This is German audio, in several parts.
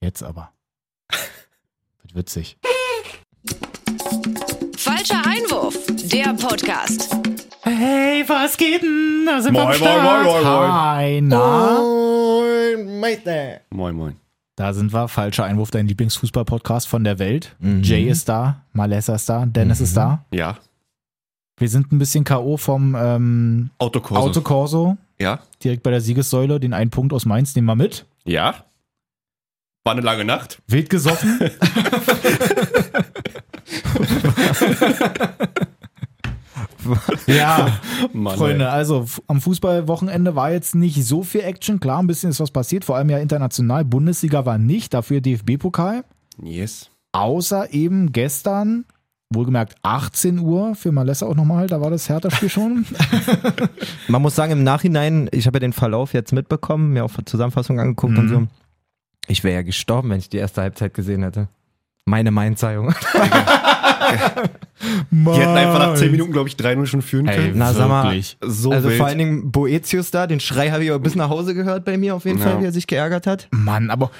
Jetzt aber. Wird witzig. Falscher Einwurf, der Podcast. Hey, was geht denn? Da sind wir am Moin, moin, Start. moin, moin, moin. Hi, na? Moin, Meister. Moin, moin. Da sind wir. Falscher Einwurf, dein Lieblingsfußball-Podcast von der Welt. Mhm. Jay ist da, Malessa ist da, Dennis ist da. Ja. Wir sind ein bisschen K.O. vom ähm, Autokurse. Autokorso, Ja. direkt bei der Siegessäule. Den einen Punkt aus Mainz nehmen wir mit. Ja. War eine lange Nacht. Wild gesoffen. ja, Mann, Freunde, also f- am Fußballwochenende war jetzt nicht so viel Action. Klar, ein bisschen ist was passiert, vor allem ja international. Bundesliga war nicht, dafür DFB-Pokal. ey. Yes. Außer eben gestern, wohlgemerkt 18 Uhr, für Malessa auch nochmal, da war das Hertha-Spiel schon. Man muss sagen, im Nachhinein, ich habe ja den Verlauf jetzt mitbekommen, mir auch Zusammenfassung angeguckt und so. Ich wäre ja gestorben, wenn ich die erste Halbzeit gesehen hätte. Meine Mainzer, Junge. Die hätten einfach nach 10 Minuten, glaube ich, 3-0 schon führen können. na, sag mal, wirklich. So also wild. vor allen Dingen Boetius da, den Schrei habe ich auch bis nach Hause gehört bei mir auf jeden Ja. Fall, wie er sich geärgert hat. Mann, aber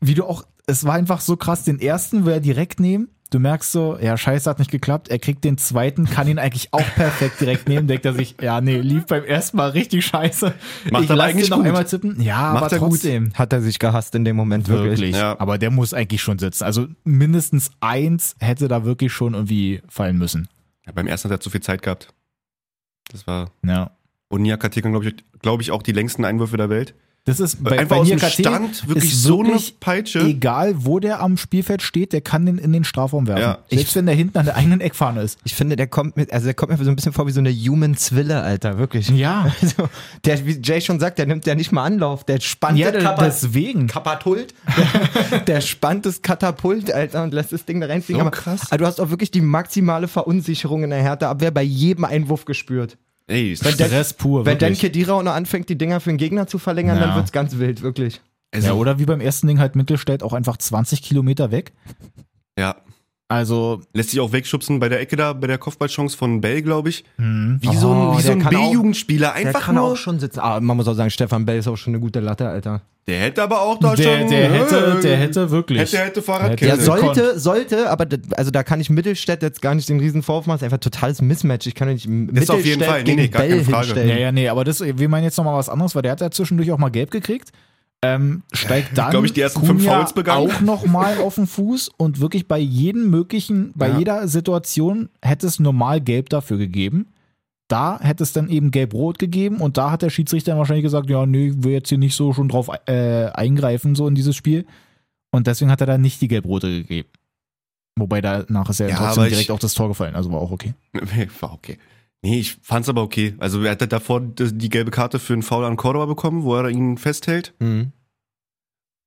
wie du auch, es war einfach so krass, den ersten will er direkt nehmen. Du merkst so, ja, scheiße, hat nicht geklappt. Er kriegt den zweiten, kann ihn eigentlich auch perfekt direkt nehmen. Denkt er sich, ja, nee, lief beim ersten Mal richtig scheiße. Macht ich aber lass eigentlich den noch gut. einmal tippen. Ja, Macht aber er gut. trotzdem. Hat er sich gehasst in dem Moment wirklich. Mhm. Wirklich. Ja. Aber der muss eigentlich schon sitzen. Also mindestens eins hätte da wirklich schon irgendwie fallen müssen. ja, beim ersten hat er zu viel Zeit gehabt. Das war. Ja. Oniak hat hier, glaube ich, glaub ich, auch die längsten Einwürfe der Welt. Das ist bei, Einfach bei aus dem Niakate Stand, wirklich ist so wirklich e- eine Peitsche. Egal, wo der am Spielfeld steht, der kann den in den Strafraum werfen. Ja. Selbst wenn der hinten an der eigenen Eckfahne ist. Ich finde, der kommt mit, also der kommt mir so ein bisschen vor wie so eine Human Zwille, Alter, wirklich. Ja. Also, der, wie Jay schon sagt, der nimmt ja nicht mal Anlauf, der spannt Ja, das da- Kappa- deswegen. Katapult. der spannt das Katapult, Alter, und lässt das Ding da reinfliegen. So Aber, krass. Aber du hast auch wirklich die maximale Verunsicherung in der Hertha-Abwehr bei jedem Einwurf gespürt. Ey, ist Wenn der- Stress pur, Wenn dann wirklich. Kedira auch noch anfängt, die Dinger für den Gegner zu verlängern, Ja. dann wird's ganz wild, wirklich. ja, oder wie beim ersten Ding halt Mittelstädt auch einfach 20 Kilometer weg. ja. Also, Lässt sich auch wegschubsen bei der Ecke da, bei der Kopfballchance von Bell, glaube ich. hm. Wie so ein, Oh, wie so der ein kann auch- B-Jugendspieler. Einfach nur. schon sitzen. Aber man muss auch sagen, Stefan Bell ist auch schon eine gute Latte, Alter. Der hätte aber auch da der, schon. der hätte, äh, der hätte wirklich. Hätte, hätte Fahrradkette. Ja, Hätte sollte, sollte, aber d- also da kann ich Mittelstädt jetzt gar nicht den riesen Vorwurf machen. Das ist einfach totales Mismatch. Ich kann doch nicht Mittelstädt auf jeden Fall. Nee, gegen nee, gar Bell keine Frage. hinstellen. ja, ja, nee, aber das, wir meinen jetzt nochmal was anderes, weil der hat ja zwischendurch auch mal gelb gekriegt. Ähm, steigt dann, Glaub ich, die ersten fünf Cunha Fouls begangen. auch nochmal auf den Fuß und wirklich bei jedem möglichen, bei Ja. jeder Situation hätte es normal gelb dafür gegeben. Da hätte es dann eben gelb-rot gegeben und da hat der Schiedsrichter dann wahrscheinlich gesagt, ja, nee, ich will jetzt hier nicht so schon drauf äh, eingreifen, so in dieses Spiel. Und deswegen hat er da nicht die gelb-rote gegeben. Wobei danach ist ja, Ja, trotzdem aber ich- direkt auch das Tor gefallen, also war auch okay. Nee, War okay. Nee, ich fand's aber okay. Also er hat ja davor das- die gelbe Karte für einen Foul an Cordoba bekommen, wo er ihn festhält. Mhm.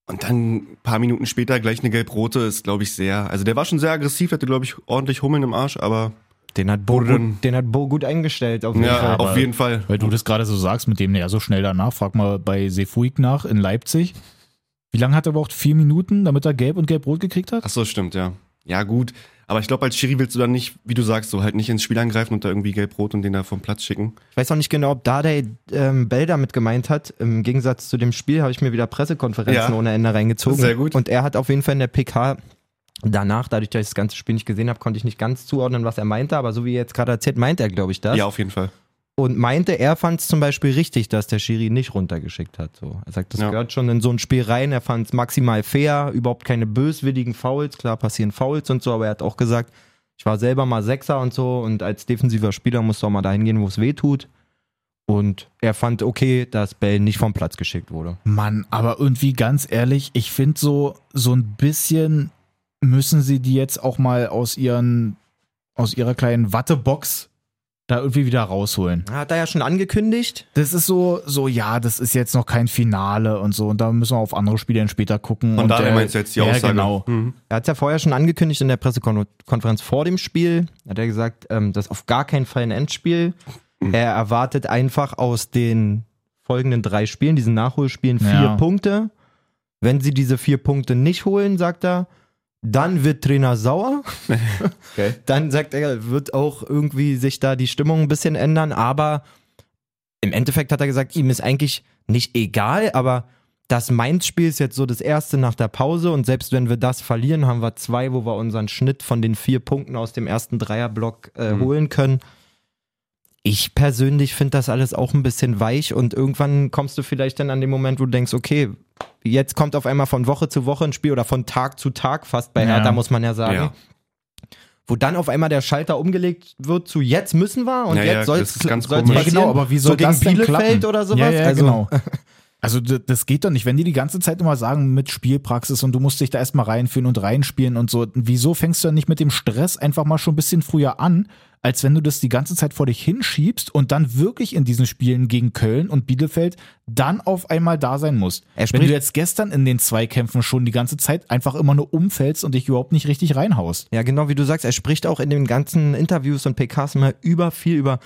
Und dann ein paar Minuten später gleich eine gelb-rote ist, glaube ich, sehr. Also der war schon sehr aggressiv, hatte, glaube ich, ordentlich Hummeln im Arsch, aber Den hat, Bo Wurde gut, den hat Bo gut eingestellt. Auf jeden ja, Fall. aber- auf jeden Fall. Weil du das gerade so sagst mit dem, naja, so schnell danach, frag mal bei Sefuig nach in Leipzig. Wie lange hat er überhaupt? Vier Minuten, damit er gelb und gelb-rot gekriegt hat? Ach so, stimmt, ja. Ja, gut. Aber ich glaube, als Schiri willst du dann nicht, wie du sagst, so halt nicht ins Spiel angreifen und da irgendwie gelb-rot und den da vom Platz schicken. Ich weiß auch nicht genau, ob Dardai ähm, Bell damit gemeint hat. Im Gegensatz zu dem Spiel habe ich mir wieder Pressekonferenzen Ja. ohne Ende reingezogen. Sehr gut. Und er hat auf jeden Fall in der PK danach, dadurch, dass ich das ganze Spiel nicht gesehen habe, konnte ich nicht ganz zuordnen, was er meinte. Aber so wie er jetzt gerade erzählt, meint er, glaube ich, das. Ja, auf jeden Fall. Und meinte, er fand es zum Beispiel richtig, dass der Schiri nicht runtergeschickt hat. So. Er sagt, das Ja. gehört schon in so ein Spiel rein. Er fand es maximal fair, überhaupt keine böswilligen Fouls. Klar passieren Fouls und so, aber er hat auch gesagt, ich war selber mal Sechser und so und als defensiver Spieler musst du auch mal dahin gehen, wo es weh tut. Und er fand okay, dass Bell nicht vom Platz geschickt wurde. Mann, aber irgendwie ganz ehrlich, ich finde so, so ein bisschen müssen sie die jetzt auch mal aus ihren, aus ihrer kleinen Wattebox da irgendwie wieder rausholen. Hat er ja schon angekündigt. Das ist so, so, ja, das ist jetzt noch kein Finale und so, und da müssen wir auf andere Spiele dann später gucken. Und, daher äh, meinst du jetzt die Aussage. Ja, genau. Mhm. Er hat es ja vorher schon angekündigt in der Pressekonferenz vor dem Spiel. Hat er gesagt, ähm, das ist auf gar keinen Fall ein Endspiel. Er erwartet einfach aus den folgenden drei Spielen, diesen Nachholspielen, vier Ja. Punkte. Wenn sie diese vier Punkte nicht holen, sagt er, dann wird Trainer sauer. Dann sagt er, wird auch irgendwie sich da die Stimmung ein bisschen ändern. Aber im Endeffekt hat er gesagt, ihm ist eigentlich nicht egal, aber das Mainz-Spiel ist jetzt so das erste nach der Pause und selbst wenn wir das verlieren, haben wir zwei, wo wir unseren Schnitt von den vier Punkten aus dem ersten Dreierblock äh, holen können. Ich persönlich finde das alles auch ein bisschen weich und irgendwann kommst du vielleicht dann an den Moment, wo du denkst, okay, jetzt kommt auf einmal von Woche zu Woche ein Spiel oder von Tag zu Tag fast bei Ja. Hertha, muss man ja sagen, Ja. wo dann auf einmal der Schalter umgelegt wird zu jetzt müssen wir und Ja, ja, jetzt soll das es ist ganz Ja, komisch. passieren. genau, aber wie soll so gegen das denn Bielefeld klappen? oder sowas? Ja, ja, Also- genau. Also d- das geht doch nicht, wenn die die ganze Zeit immer sagen mit Spielpraxis und du musst dich da erstmal reinführen und reinspielen und so. Wieso fängst du dann nicht mit dem Stress einfach mal schon ein bisschen früher an, als wenn du das die ganze Zeit vor dich hinschiebst und dann wirklich in diesen Spielen gegen Köln und Bielefeld dann auf einmal da sein musst? Er Wenn spricht- du jetzt gestern in den Zweikämpfen schon die ganze Zeit einfach immer nur umfällst und dich überhaupt nicht richtig reinhaust. Ja, genau wie du sagst, er spricht auch in den ganzen Interviews und PKs immer über viel über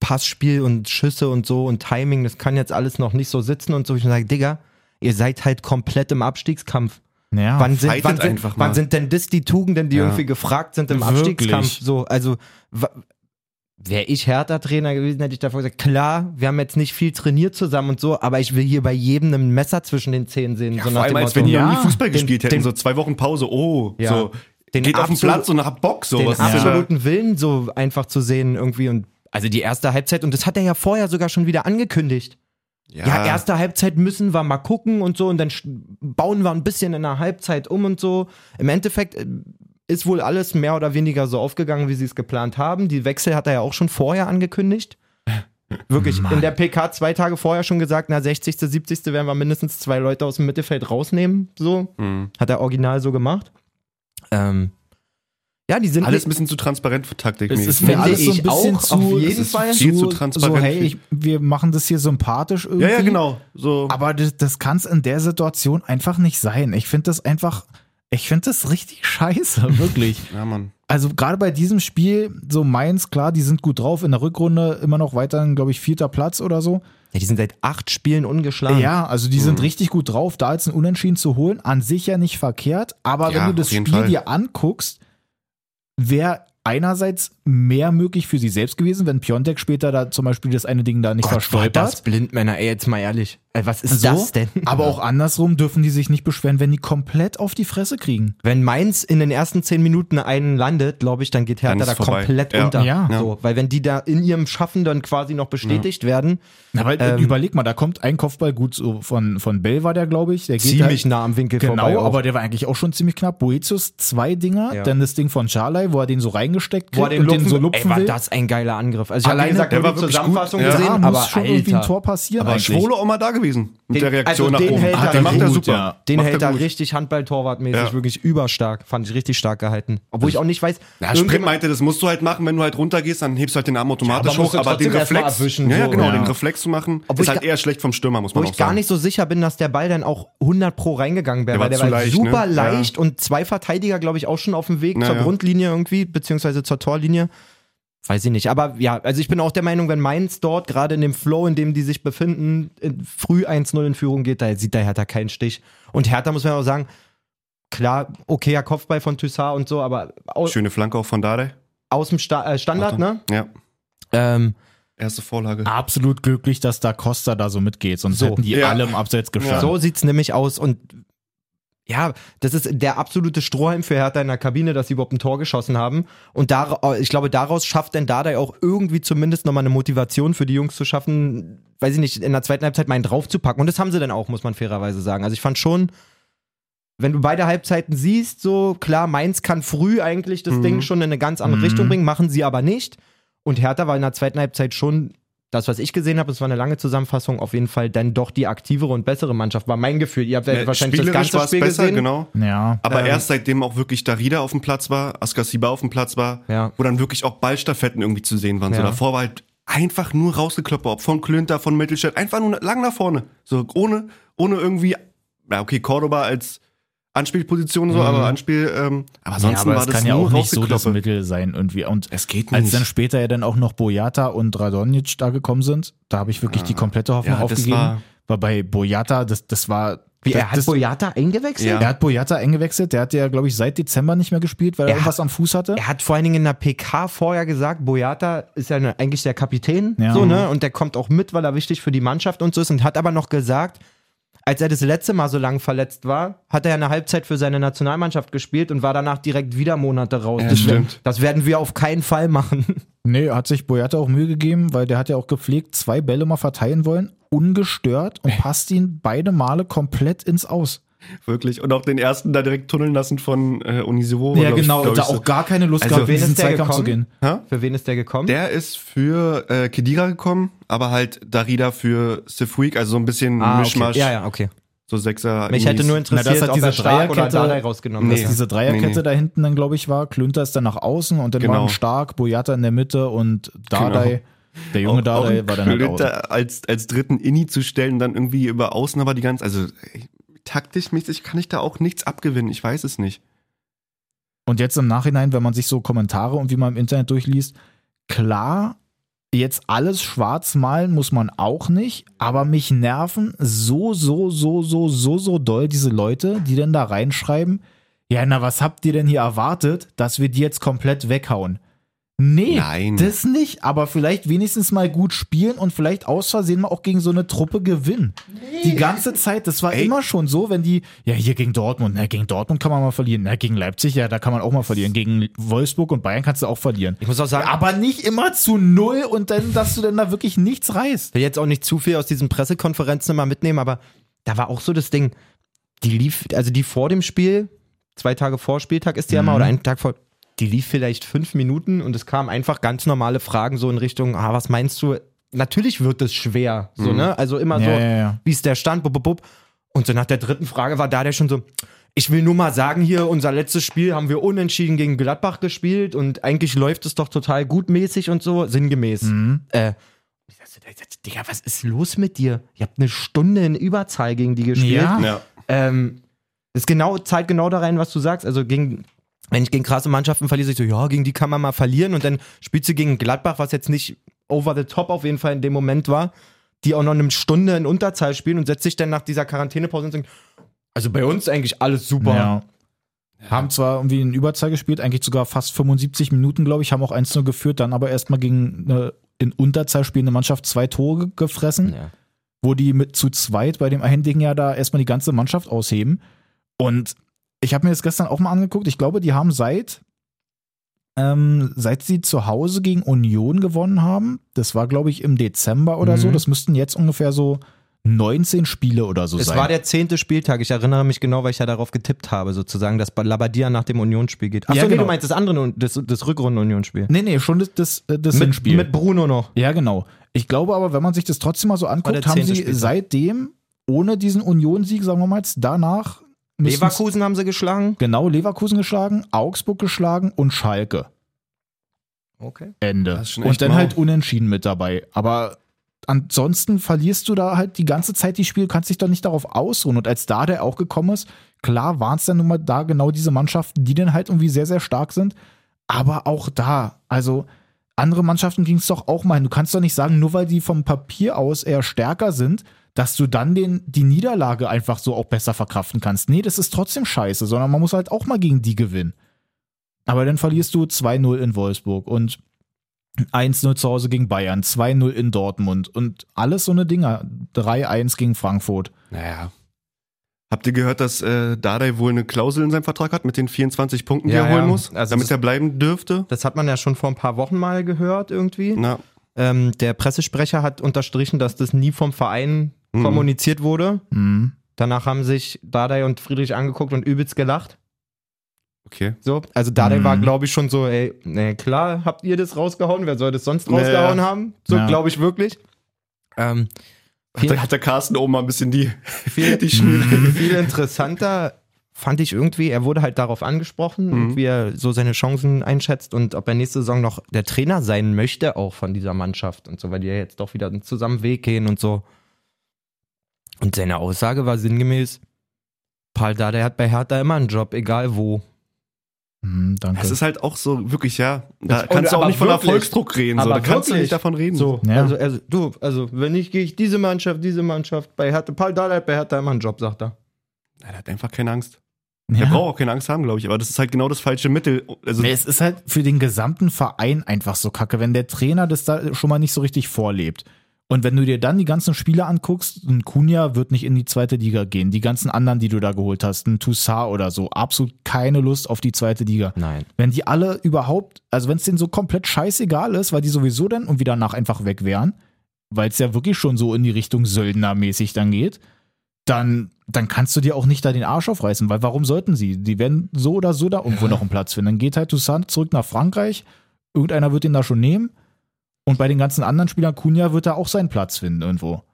Passspiel und Schüsse und so und Timing, das kann jetzt alles noch nicht so sitzen und so. Ich sage, Digga, ihr seid halt komplett im Abstiegskampf. Ja, wann, sind, Ah, fightet wann, sind, einfach mal. wann sind denn das die Tugenden, die Ja. irgendwie gefragt sind im Wirklich. Abstiegskampf? So, also wäre ich härter Trainer gewesen, hätte ich davor gesagt, klar, wir haben jetzt nicht viel trainiert zusammen und so, aber ich will hier bei jedem ein Messer zwischen den Zähnen sehen. Ja, so vor nach allem, dem als Motto. wenn ne? die Ja, irgendwie Fußball den- gespielt hätten, den- so zwei Wochen Pause, oh, Ja. so. Den Geht auf den absolut- Platz und hab Bock, so. den was ist denn da- absoluten Willen so einfach zu sehen irgendwie und also die erste Halbzeit und das hat er ja vorher sogar schon wieder angekündigt. Ja, erste Halbzeit müssen wir mal gucken und so und dann sch- bauen wir ein bisschen in der Halbzeit um und so. Im Endeffekt äh, ist wohl alles mehr oder weniger so aufgegangen, wie sie es geplant haben. Die Wechsel hat er ja auch schon vorher angekündigt. Wirklich, in der PK zwei Tage vorher schon gesagt, na 60., 70. werden wir mindestens zwei Leute aus dem Mittelfeld rausnehmen. So, Mhm. hat er original so gemacht. Ähm, ja, die sind Alles ein bisschen zu transparent für Taktik. Es ist Mir Finde alles ich auch, auf jeden es ist Fall. Viel Viel zu zu So, transparent. hey, ich, wir machen das hier sympathisch irgendwie. ja, ja, genau. So. Aber das, das kann es in der Situation einfach nicht sein. Ich finde das einfach, ich finde das richtig scheiße, wirklich. ja, Mann. also gerade bei diesem Spiel, so Mainz, klar, die sind gut drauf. In der Rückrunde immer noch weiterhin, glaube ich, vierter Platz oder so. Ja, die sind seit acht Spielen ungeschlagen. Ja, also die sind richtig gut drauf, da jetzt ein Unentschieden zu holen, an sich ja nicht verkehrt, aber Ja, wenn du das auf jeden Spiel Fall. dir anguckst, wäre einerseits mehr möglich für sie selbst gewesen, wenn Piontek später da zum Beispiel das eine Ding da nicht verstolpert. Blindmänner, ey, jetzt mal ehrlich. Ey, was ist So, Aber auch andersrum dürfen die sich nicht beschweren, wenn die komplett auf die Fresse kriegen. Wenn Mainz in den ersten zehn Minuten einen landet, glaube ich, dann geht Hertha Dann ist da vorbei. komplett Ja. unter. Ja. So, weil wenn die da in ihrem Schaffen dann quasi noch bestätigt werden, Na, weil Ähm, überleg mal, da kommt ein Kopfball gut so von, von Bell war der, glaube ich. Der geht ziemlich halt, nah am Winkel vorbei. Genau, auch. aber der war eigentlich auch schon ziemlich knapp. Boetius zwei Dinger, Ja. dann das Ding von Charley, wo er den so reingesteckt Boah, kriegt und den so lupfen ey, war will. das ein geiler Angriff. Also ich habe Alleine- gesagt, der nur war die wirklich Zusammenfassung gut. Ja, gesehen, da muss aber schon irgendwie ein Alter, Tor passieren Aber eigentlich. Schwolo auch mal da gewesen. Mit Den- der Reaktion also nach den oben. hält er den macht er gut, super. ja. den macht hält er gut. richtig handballtorwartmäßig, Ja. wirklich überstark. Fand ich richtig stark gehalten. Obwohl ich auch nicht weiß, Ja, Sprint irgendjemand- meinte, das musst du halt machen, wenn du halt runtergehst, dann hebst du halt den Arm automatisch Ja, aber hoch, musst du aber den trotzdem erst mal Reflex, erwischen, ja, ja, so, genau, ja. den Reflex zu machen, Obwohl ist ich halt gar- eher schlecht vom Stürmer, muss wo man ich auch sagen. gar nicht so sicher bin, dass der Ball dann auch 100 pro reingegangen wäre, Der weil war der zu war leicht, super ne? Ja. leicht und zwei Verteidiger, glaube ich, auch schon auf dem Weg Na zur ja. Grundlinie irgendwie, beziehungsweise zur Torlinie. Weiß ich nicht, aber ja, also ich bin auch der Meinung, wenn Mainz dort gerade in dem Flow, in dem die sich befinden, in- früh 1-0 in Führung geht, da sieht der Hertha keinen Stich. Und Hertha muss man auch sagen, klar, okayer Kopfball von Thyssard und so, aber aus, Schöne Flanke auch von Dade. aus dem Sta äh, Standard, ne? Ja, Ähm, erste Vorlage. absolut glücklich, dass da Costa da so mitgeht, sonst So. hätten die Ja. alle im Abseits gestanden. So sieht's nämlich aus und ja, das ist der absolute Strohhalm für Hertha in der Kabine, dass sie überhaupt ein Tor geschossen haben. Und dar ich glaube, daraus schafft denn Dardai auch irgendwie zumindest nochmal eine Motivation für die Jungs zu schaffen, weiß ich nicht, in der zweiten Halbzeit mal einen draufzupacken. Und das haben sie dann auch, muss man fairerweise sagen. Also ich fand schon, wenn du beide Halbzeiten siehst, so klar, Mainz kann früh eigentlich das Mhm. Ding schon in eine ganz andere Mhm. Richtung bringen, machen sie aber nicht. Und Hertha war in der zweiten Halbzeit schon, das, was ich gesehen habe, es war eine lange Zusammenfassung, auf jeden Fall dann doch die aktivere und bessere Mannschaft, war mein Gefühl. Ihr habt ja, Ja, wahrscheinlich das spielerisch ganze war's Spiel besser, gesehen. genau. Ja. Aber Ähm, erst seitdem auch wirklich Darida auf dem Platz war, Askasiba auf dem Platz war, Ja. wo dann wirklich auch Ballstaffetten irgendwie zu sehen waren. So Ja. davor war halt einfach nur rausgekloppt, ob von Klünter, von Mittelstädt, einfach nur lang nach vorne. So ohne, ohne irgendwie, na okay, Cordoba als Anspielposition so, aber Anspiel, ähm, aber Mhm. Ja, ansonsten aber war es das kann ja nur auch nicht so rausgekloppt. das Mittel sein irgendwie. Und es geht als nicht. dann später ja dann auch noch Boyata und Radonjic da gekommen sind, da habe ich wirklich die komplette Hoffnung Ja, das aufgegeben. war- Weil bei Boyata, das, das war. Wie, das, er hat das, Boyata eingewechselt? Ja. er hat Boyata eingewechselt, der hat ja, glaube ich, seit Dezember nicht mehr gespielt, weil er, Er irgendwas am Fuß hatte. Er hat vor allen Dingen in der PK vorher gesagt, Boyata ist ja ne- eigentlich der Kapitän, Ja. Mhm. so, ne? Und der kommt auch mit, weil er wichtig für die Mannschaft und so ist und hat aber noch gesagt, als er das letzte Mal so lang verletzt war, hat er ja eine Halbzeit für seine Nationalmannschaft gespielt und war danach direkt wieder Monate raus. Ja, das, werden- stimmt. das werden wir auf keinen Fall machen. Nee, hat sich Boyata auch Mühe gegeben, weil der hat ja auch gepflegt, zwei Bälle mal verteilen wollen, ungestört und passt ihn beide Male komplett ins Aus. Wirklich. Und auch den ersten da direkt tunneln lassen von äh, Onisevo. glaub ich- glaub genau, Und da ich so. auch gar keine Lust Also, gehabt, in wen diesen ist der Zweikampf zu gekommen? gehen. Hä? Für wen ist der gekommen? Der ist für äh, Kedira gekommen, aber halt Darida für Sifweek, also so ein bisschen ah, okay. Mischmasch. Ja, ja, okay. So Sechser. Mich hätte Unis. nur interessiert, hat ob diese er Stark oder Dreierkette- Dardai rausgenommen Nee. Dass ist. diese Dreierkette Nee, nee. da hinten dann, glaube ich, war. Klünter ist dann nach außen und dann Genau. waren Stark, Boyata in der Mitte und Dardai. Der junge Auch- auch Dardai war dann halt Klöter außen. als, als dritten Inni zu stellen, dann irgendwie über außen aber die ganze, also ey, taktischmäßig kann ich da auch nichts abgewinnen, ich weiß es nicht. Und jetzt im Nachhinein, wenn man sich so Kommentare und wie man im Internet durchliest, klar, jetzt alles schwarz malen muss man auch nicht, aber mich nerven so, so, so, so, so, so doll diese Leute, die denn da reinschreiben, ja, na, was habt ihr denn hier erwartet, dass wir die jetzt komplett weghauen? Nee, Nein. das nicht, aber vielleicht wenigstens mal gut spielen und vielleicht aus Versehen mal auch gegen so eine Truppe gewinnen. Die ganze Zeit, das war Ey. immer schon so, wenn die, ja, hier gegen Dortmund, na, gegen Dortmund kann man mal verlieren, na, gegen Leipzig, ja, da kann man auch mal verlieren, gegen Wolfsburg und Bayern kannst du auch verlieren. Ich muss auch sagen, Aber nicht immer zu null und dann, dass du dann da wirklich nichts reißt. will jetzt auch nicht zu viel aus diesen Pressekonferenzen immer mitnehmen, aber da war auch so das Ding, die lief, also die vor dem Spiel, zwei Tage vor Spieltag ist die ja mal, oder einen Tag vor, die lief vielleicht fünf Minuten und es kamen einfach ganz normale Fragen so in Richtung, ah, was meinst du? Natürlich wird es schwer, so, ne? Also immer so, Ja, ja, ja. wie ist der Stand, bub, bub, bub. Und so nach der dritten Frage war da der schon so, ich will nur mal sagen hier, unser letztes Spiel haben wir unentschieden gegen Gladbach gespielt und eigentlich läuft es doch total gutmäßig und so, sinngemäß. Hm. mhm, Äh, ich dachte, Digga, was ist los mit dir? Ihr habt eine Stunde in Überzahl gegen die gespielt. Ja. Ja. Ähm, das ist genau, zahlt genau da rein, was du sagst. Also gegen, wenn ich gegen krasse Mannschaften verliere, sag ich so, ja, gegen die kann man mal verlieren und dann spielst du gegen Gladbach, was jetzt nicht over the top auf jeden Fall in dem Moment war, die auch noch eine Stunde in Unterzahl spielen und setzt sich dann nach dieser Quarantänepause und sagt, also bei uns eigentlich alles super. Ja. Haben zwar irgendwie in Überzahl gespielt, eigentlich sogar fast 75 Minuten, glaube ich, haben auch 1-0 geführt, dann aber erstmal gegen eine in Unterzahl spielende Mannschaft zwei Tore ge- gefressen, Ja. wo die mit zu zweit bei dem einen Ding ja da erstmal die ganze Mannschaft ausheben. Und ich habe mir das gestern auch mal angeguckt. Ich glaube, die haben seit, ähm, seit sie zu Hause gegen Union gewonnen haben, das war, glaube ich, im Dezember oder Mhm. so, das müssten jetzt ungefähr so 19 Spiele oder so Es sein. war der zehnte Spieltag. Ich erinnere mich genau, weil ich ja darauf getippt habe, sozusagen, dass Labadia nach dem Unionsspiel geht. Achso, Ja, nee, genau. du meinst das andere, das, das Rückrunden-Unionsspiel. nee, nee, schon das, das, äh, das Mit, Hinspiel. mit Bruno noch. Ja, genau. Ich glaube aber, wenn man sich das trotzdem mal so anguckt, der haben zehnte sie Spieltag. seitdem ohne diesen Union-Sieg, sagen wir mal jetzt, danach müssen's- Leverkusen haben sie geschlagen. Genau, Leverkusen geschlagen, Augsburg geschlagen und Schalke. Okay. Ende. Das ist schon echt Und dann mau. halt unentschieden mit dabei. Aber ansonsten verlierst du da halt die ganze Zeit die Spiel, kannst dich doch nicht darauf ausruhen. Und als da der auch gekommen ist, klar waren es dann nun mal da genau diese Mannschaften, die dann halt irgendwie sehr, sehr stark sind. Aber auch da, also andere Mannschaften ging es doch auch mal hin. Du kannst doch nicht sagen, nur weil die vom Papier aus eher stärker sind, dass du dann den, die Niederlage einfach so auch besser verkraften kannst. Nee, das ist trotzdem scheiße, sondern man muss halt auch mal gegen die gewinnen. Aber dann verlierst du 2-0 in Wolfsburg und 1-0 zu Hause gegen Bayern, 2-0 in Dortmund und alles so eine Dinger. 3-1 gegen Frankfurt. Naja. Habt ihr gehört, dass äh, Dardai wohl eine Klausel in seinem Vertrag hat mit den 24 Punkten, die Ja, er holen ja. muss, Also damit das- er bleiben dürfte? Das hat man ja schon vor ein paar Wochen mal gehört irgendwie. Na, Ähm, der Pressesprecher hat unterstrichen, dass das nie vom Verein Mhm. kommuniziert wurde. Mhm. Danach haben sich Dardai und Friedrich angeguckt und übelst gelacht. okay. So, also Dardai Mhm. war, glaube ich, schon so, ey, nee, klar, habt ihr das rausgehauen? Wer soll das sonst Naja. rausgehauen haben? So, Ja. glaube ich wirklich. Ähm, Hat der, hat der Carsten oben mal ein bisschen die, viel, die Schnüre. viel interessanter fand ich irgendwie, er wurde halt darauf angesprochen, Mhm. und wie er so seine Chancen einschätzt und ob er nächste Saison noch der Trainer sein möchte, auch von dieser Mannschaft und so, weil die ja jetzt doch wieder einen zusammen Weg gehen und so. Und seine Aussage war sinngemäß, Paul Dardai hat bei Hertha immer einen Job, egal wo. Mhm, danke. Das ist halt auch so, wirklich, ja. Da Und- kannst du auch aber nicht von wirklich. Erfolgsdruck reden. So. Aber Da kannst du wirklich. nicht davon reden. So, Ja. also, also, du, also, wenn nicht, gehe ich diese Mannschaft, diese Mannschaft, bei Hertha, Paul Dardai hat bei Hertha immer einen Job, sagt er. Ja, der hat einfach keine Angst. Der ja. braucht auch keine Angst haben, glaube ich. Aber das ist halt genau das falsche Mittel. Also, Nee, es ist halt für den gesamten Verein einfach so kacke, wenn der Trainer das da schon mal nicht so richtig vorlebt. Und wenn du dir dann die ganzen Spieler anguckst, ein Kunja wird nicht in die zweite Liga gehen. Die ganzen anderen, die du da geholt hast, ein Toussaint oder so, absolut keine Lust auf die zweite Liga. Nein. Wenn die alle überhaupt, also wenn es denen so komplett scheißegal ist, weil die sowieso dann und wieder nach einfach weg wären, weil es ja wirklich schon so in die Richtung Söldnermäßig dann geht, dann, dann kannst du dir auch nicht da den Arsch aufreißen, weil warum sollten sie? Die werden so oder so da irgendwo noch einen Platz finden. Dann geht halt Toussaint zurück nach Frankreich, irgendeiner wird ihn da schon nehmen und bei den ganzen anderen Spielern, Kunja wird da auch seinen Platz finden irgendwo.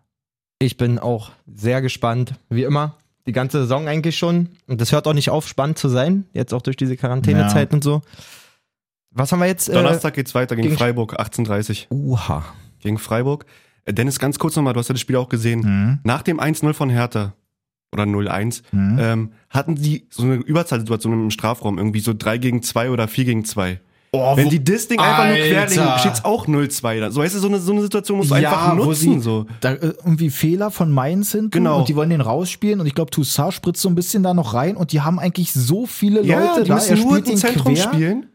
Ich bin auch sehr gespannt, wie immer. Die ganze Saison eigentlich schon. Und das hört auch nicht auf, spannend zu sein. Jetzt auch durch diese Quarantänezeit Ja. und so. Was haben wir Äh, jetzt? Donnerstag geht's weiter gegen, gegen- Freiburg, 18.30 Äh, uha. gegen Freiburg. Äh, Dennis, ganz kurz nochmal, du hast ja das Spiel auch gesehen. Hm? Nach dem 1-0 von Hertha oder 0-1 Hm? ähm, hatten die so eine Überzahlsituation im Strafraum, irgendwie so 3 gegen 2 oder 4 gegen 2. Oh, Wenn wo- die das Ding einfach nur querlegen, Alter. steht's auch 0-2 da. So weißt du, so eine, so eine Situation musst du einfach wo nutzen. sie so. Da, äh, irgendwie Fehler von Mainz hinten Genau. und die wollen den rausspielen und ich glaube, Toussaint spritzt so ein bisschen da noch rein und die haben eigentlich so viele Leute ja, die da. müssen nur ihn im Zentrum quer spielen.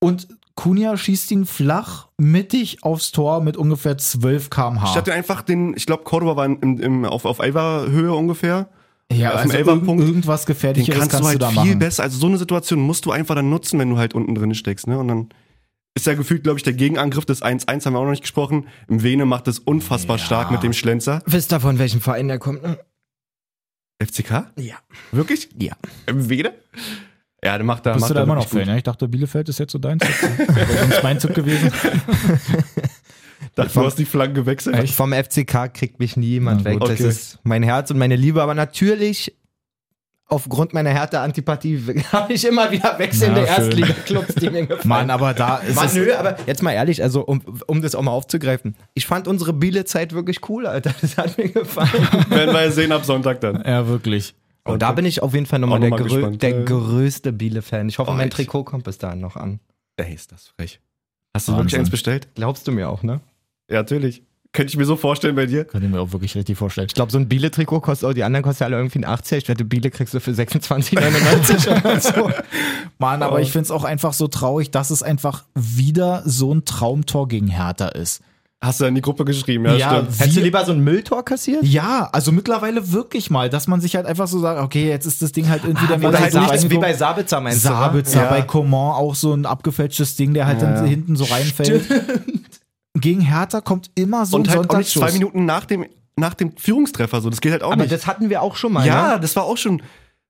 Und Kunja schießt ihn flach mittig aufs Tor mit ungefähr 12 km/h. Statt den einfach den, ich glaube, Cordoba war im, im, auf, auf Elva-Höhe ungefähr. Ja, auf dem also Elferpunkt, irgend- irgendwas Den Gefährlicheres kannst, kannst, du halt du da viel machen. besser. Also so eine Situation musst du einfach dann nutzen, wenn du halt unten drin steckst. Ne? Und dann ist ja gefühlt, glaube ich, der Gegenangriff des 1-1, haben wir auch noch nicht gesprochen. Im Vene macht es unfassbar stark mit dem Schlenzer. Wisst ihr, von welchem Verein er kommt? ne? FCK? Ja. Wirklich? Ja. Im Vene? Ja, der macht da. Bist macht du da er immer noch wirklich gut. Fan? Ja? Ich dachte, Bielefeld ist jetzt so dein Tipp. Wäre sonst mein Tipp gewesen. Dachte, du hast die Flaggen gewechselt. Vom FCK kriegt mich nie jemand Na weg. gut. Das Okay. ist mein Herz und meine Liebe. Aber natürlich, aufgrund meiner Härte-Antipathie, habe ich immer wieder wechselnde Na, schön. Erstliga-Clubs, die mir gefallen. Mann, aber da ist Mann, es. nö, aber jetzt mal ehrlich, also um, um das auch mal aufzugreifen. Ich fand unsere Biele-Zeit wirklich cool, Alter. Das hat mir gefallen. Werden wir sehen ab Sonntag dann. Ja, wirklich. Und da bin ich auf jeden Fall nochmal Äh. Auch der, noch mal grö gespannt. der größte Biele-Fan. Ich hoffe, Oh, mein ich- Trikot kommt bis dahin noch an. Ey, ist das frech. Hast du wirklich Wahnsinn. eins bestellt? Glaubst du mir auch, ne? Ja, natürlich. Könnte ich mir so vorstellen bei dir. Kann ich mir auch wirklich richtig vorstellen. Ich glaube, so ein Biele-Trikot kostet, oh, die anderen kosten ja alle irgendwie einen 80er. Ich wette, Biele kriegst du für 26,99 oder so. Mann, aber ich finde es auch einfach so traurig, dass es einfach wieder so ein Traumtor gegen Hertha ist. Hast du in die Gruppe geschrieben, ja, Ja, stimmt. Hättest du lieber so ein Mülltor kassiert? Ja, also mittlerweile wirklich mal, dass man sich halt einfach so sagt, okay, jetzt ist das Ding halt irgendwie dann Ah, Wie mal bei, so Sabitzer, wie reingekommen. bei Sabitzer meinst du? Sabitzer Ja. bei Coman auch so ein abgefälschtes Ding, der halt dann hinten so reinfällt. Gegen Hertha kommt immer so Und ein halt auch nicht Sonntagsschuss. zwei Minuten nach dem, nach dem Führungstreffer so. Das geht halt auch Aber nicht. das hatten wir auch schon mal. ne? ja, das war auch schon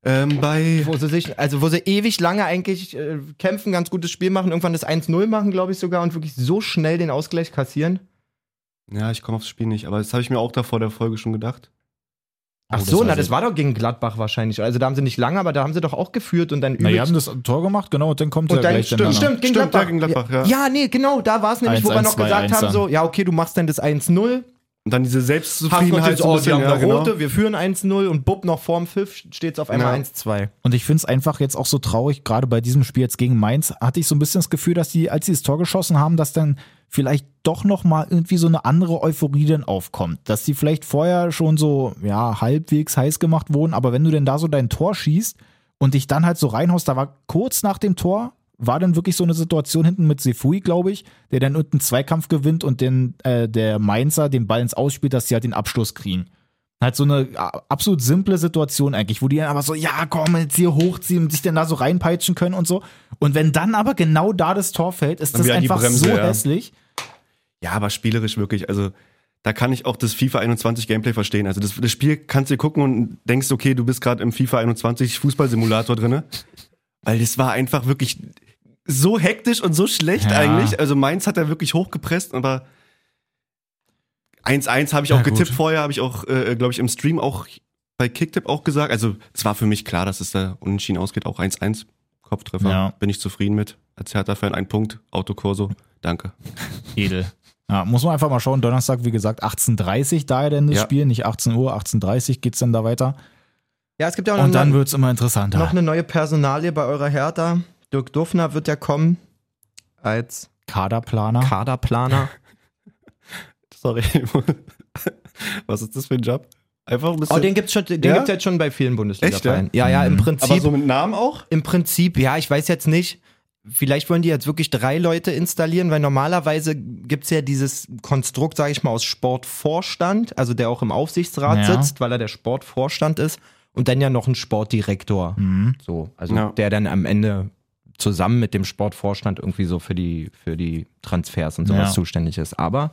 ähm, bei. wo sie sich, also wo sie ewig lange eigentlich äh, kämpfen, ganz gutes Spiel machen, irgendwann das 1-0 machen, glaube ich sogar, und wirklich so schnell den Ausgleich kassieren. Ja, ich komme aufs Spiel nicht, aber das habe ich mir auch da vor der Folge schon gedacht. Oh, Ach das so, weiß na, das ich. war doch gegen Gladbach wahrscheinlich. Also da haben sie nicht lange, aber da haben sie doch auch geführt und dann Na, die übelst- haben das Tor gemacht, genau, und dann kommt und ja dann, gleich stimmt, danach. stimmt, gegen Stimmt, Gladbach. ja, gegen Gladbach, ja. ja, nee, genau, da war es nämlich, wo wir 1-1, noch gesagt 2-1 haben, dann. so, ja, okay, du machst dann das 1-0, Und dann diese hast noch Selbstzufriedenheit das, halt so ein oh, die bisschen. haben Ja, eine rote, genau. wir führen 1-0 und bupp, noch vorm Pfiff steht es auf einmal Ja. 1-2. Und ich finde es einfach jetzt auch so traurig, gerade bei diesem Spiel jetzt gegen Mainz, hatte ich so ein bisschen das Gefühl, dass die, als sie das Tor geschossen haben, dass dann vielleicht doch nochmal irgendwie so eine andere Euphorie dann aufkommt. Dass die vielleicht vorher schon so, ja, halbwegs heiß gemacht wurden, aber wenn du denn da so dein Tor schießt und dich dann halt so reinhaust, da war kurz nach dem Tor, war dann wirklich so eine Situation hinten mit Sefui, glaube ich, der dann unten Zweikampf gewinnt und den, äh, der Mainzer den Ball ins Ausspielt, dass sie halt den Abschluss kriegen. Halt so eine a- absolut simple Situation eigentlich, wo die dann aber so, ja, komm, jetzt hier hochziehen und sich dann da so reinpeitschen können und so. Und wenn dann aber genau da das Tor fällt, ist Dann das wieder die einfach Bremse, so ja. hässlich. Ja, aber spielerisch wirklich. Also da kann ich auch das FIFA 21 Gameplay verstehen. Also das, das Spiel kannst du dir gucken und denkst, okay, du bist gerade im FIFA 21 Fußballsimulator drinne, weil das war einfach wirklich so hektisch und so schlecht Ja. eigentlich. Also Mainz hat er wirklich hochgepresst, aber 1-1 habe ich auch Na gut. getippt vorher, habe ich auch, äh, glaube ich, im Stream auch bei Kicktip auch gesagt. Also es war für mich klar, dass es da unentschieden ausgeht. Auch 1-1 Kopftreffer. Ja. Bin ich zufrieden mit. Als Hertha-Fan ein Punkt. Autokorso. Danke. Edel. Ja, muss man einfach mal schauen. Donnerstag, wie gesagt, 18.30 Uhr daher denn das Ja. Spiel, nicht 18 Uhr, 18.30 Uhr geht es dann da weiter. Ja, es gibt ja auch Und noch- dann wird es immer interessanter. Noch eine neue Personalie bei eurer Hertha. Dirk Duffner wird ja kommen als Kaderplaner. Kaderplaner. Sorry. Was ist das für ein Job? Einfach ein bisschen. Oh, den gibt's schon, den Ja? gibt's jetzt Mhm. schon bei vielen Bundesliga-Vereinen. Echt, ja, ja, im Prinzip. mit Namen auch? Im Prinzip, ja, ich weiß jetzt nicht. vielleicht wollen die jetzt wirklich drei Leute installieren, weil normalerweise gibt's ja dieses Konstrukt, sage ich mal, aus Sportvorstand, also der auch im Aufsichtsrat Ja. sitzt, weil er der Sportvorstand ist und dann ja noch ein Sportdirektor. Mhm. So, also Ja. der dann am Ende zusammen mit dem Sportvorstand irgendwie so für die, für die Transfers und sowas Ja. zuständig ist. Aber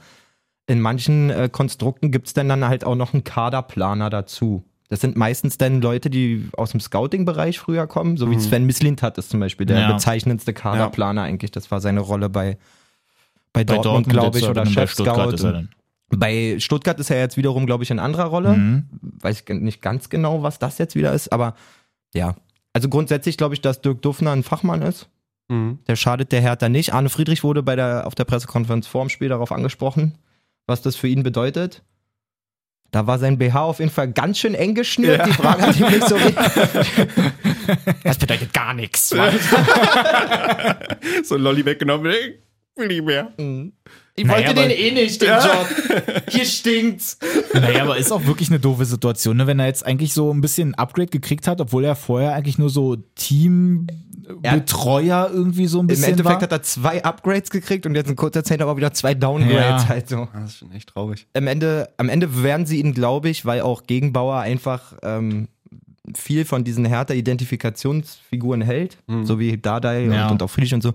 in manchen äh, Konstrukten gibt es dann, dann halt auch noch einen Kaderplaner dazu. Das sind meistens dann Leute, die aus dem Scouting-Bereich früher kommen, so wie Sven Mislintat ist zum Beispiel der Mhm. Ja. bezeichnendste Kaderplaner eigentlich. Das war seine Rolle bei, bei, Bei Dortmund, glaube ich, jetzt, oder dann bei Chef-Scout. Stuttgart ist er Und dann. Bei Stuttgart ist er jetzt wiederum, glaube ich, in anderer Rolle Mhm. weiß ich nicht ganz genau, was das jetzt wieder ist, aber ja. Also grundsätzlich glaube ich, dass Dirk Duffner ein Fachmann ist. Mhm. Der schadet der Hertha nicht. Arne Friedrich wurde bei der, auf der Pressekonferenz vor dem Spiel darauf angesprochen, was das für ihn bedeutet. Da war sein BH auf jeden Fall ganz schön eng geschnürt. Die Frage hat ihm nicht so richtig. Das bedeutet gar nichts. So ein Lolli weggenommen. ey, Will nicht mehr. Mhm. Ich Naja, aber- eh nicht, den Job. Hier stinkt's. Naja, aber ist auch wirklich eine doofe Situation, ne? wenn er jetzt eigentlich so ein bisschen ein Upgrade gekriegt hat, obwohl er vorher eigentlich nur so Teambetreuer irgendwie so ein Im bisschen Endeffekt war. hat er zwei Upgrades gekriegt und jetzt in kurzer Zeit aber wieder zwei Downgrades Ja. halt so. Ah, Das ist schon echt traurig. am Ende, am Ende werden sie ihn, glaube ich, weil auch Gegenbauer einfach ähm, viel von diesen Hertha-Identifikationsfiguren hält, Mhm. so wie Dardai Ja. und, und auch Friedrich und so.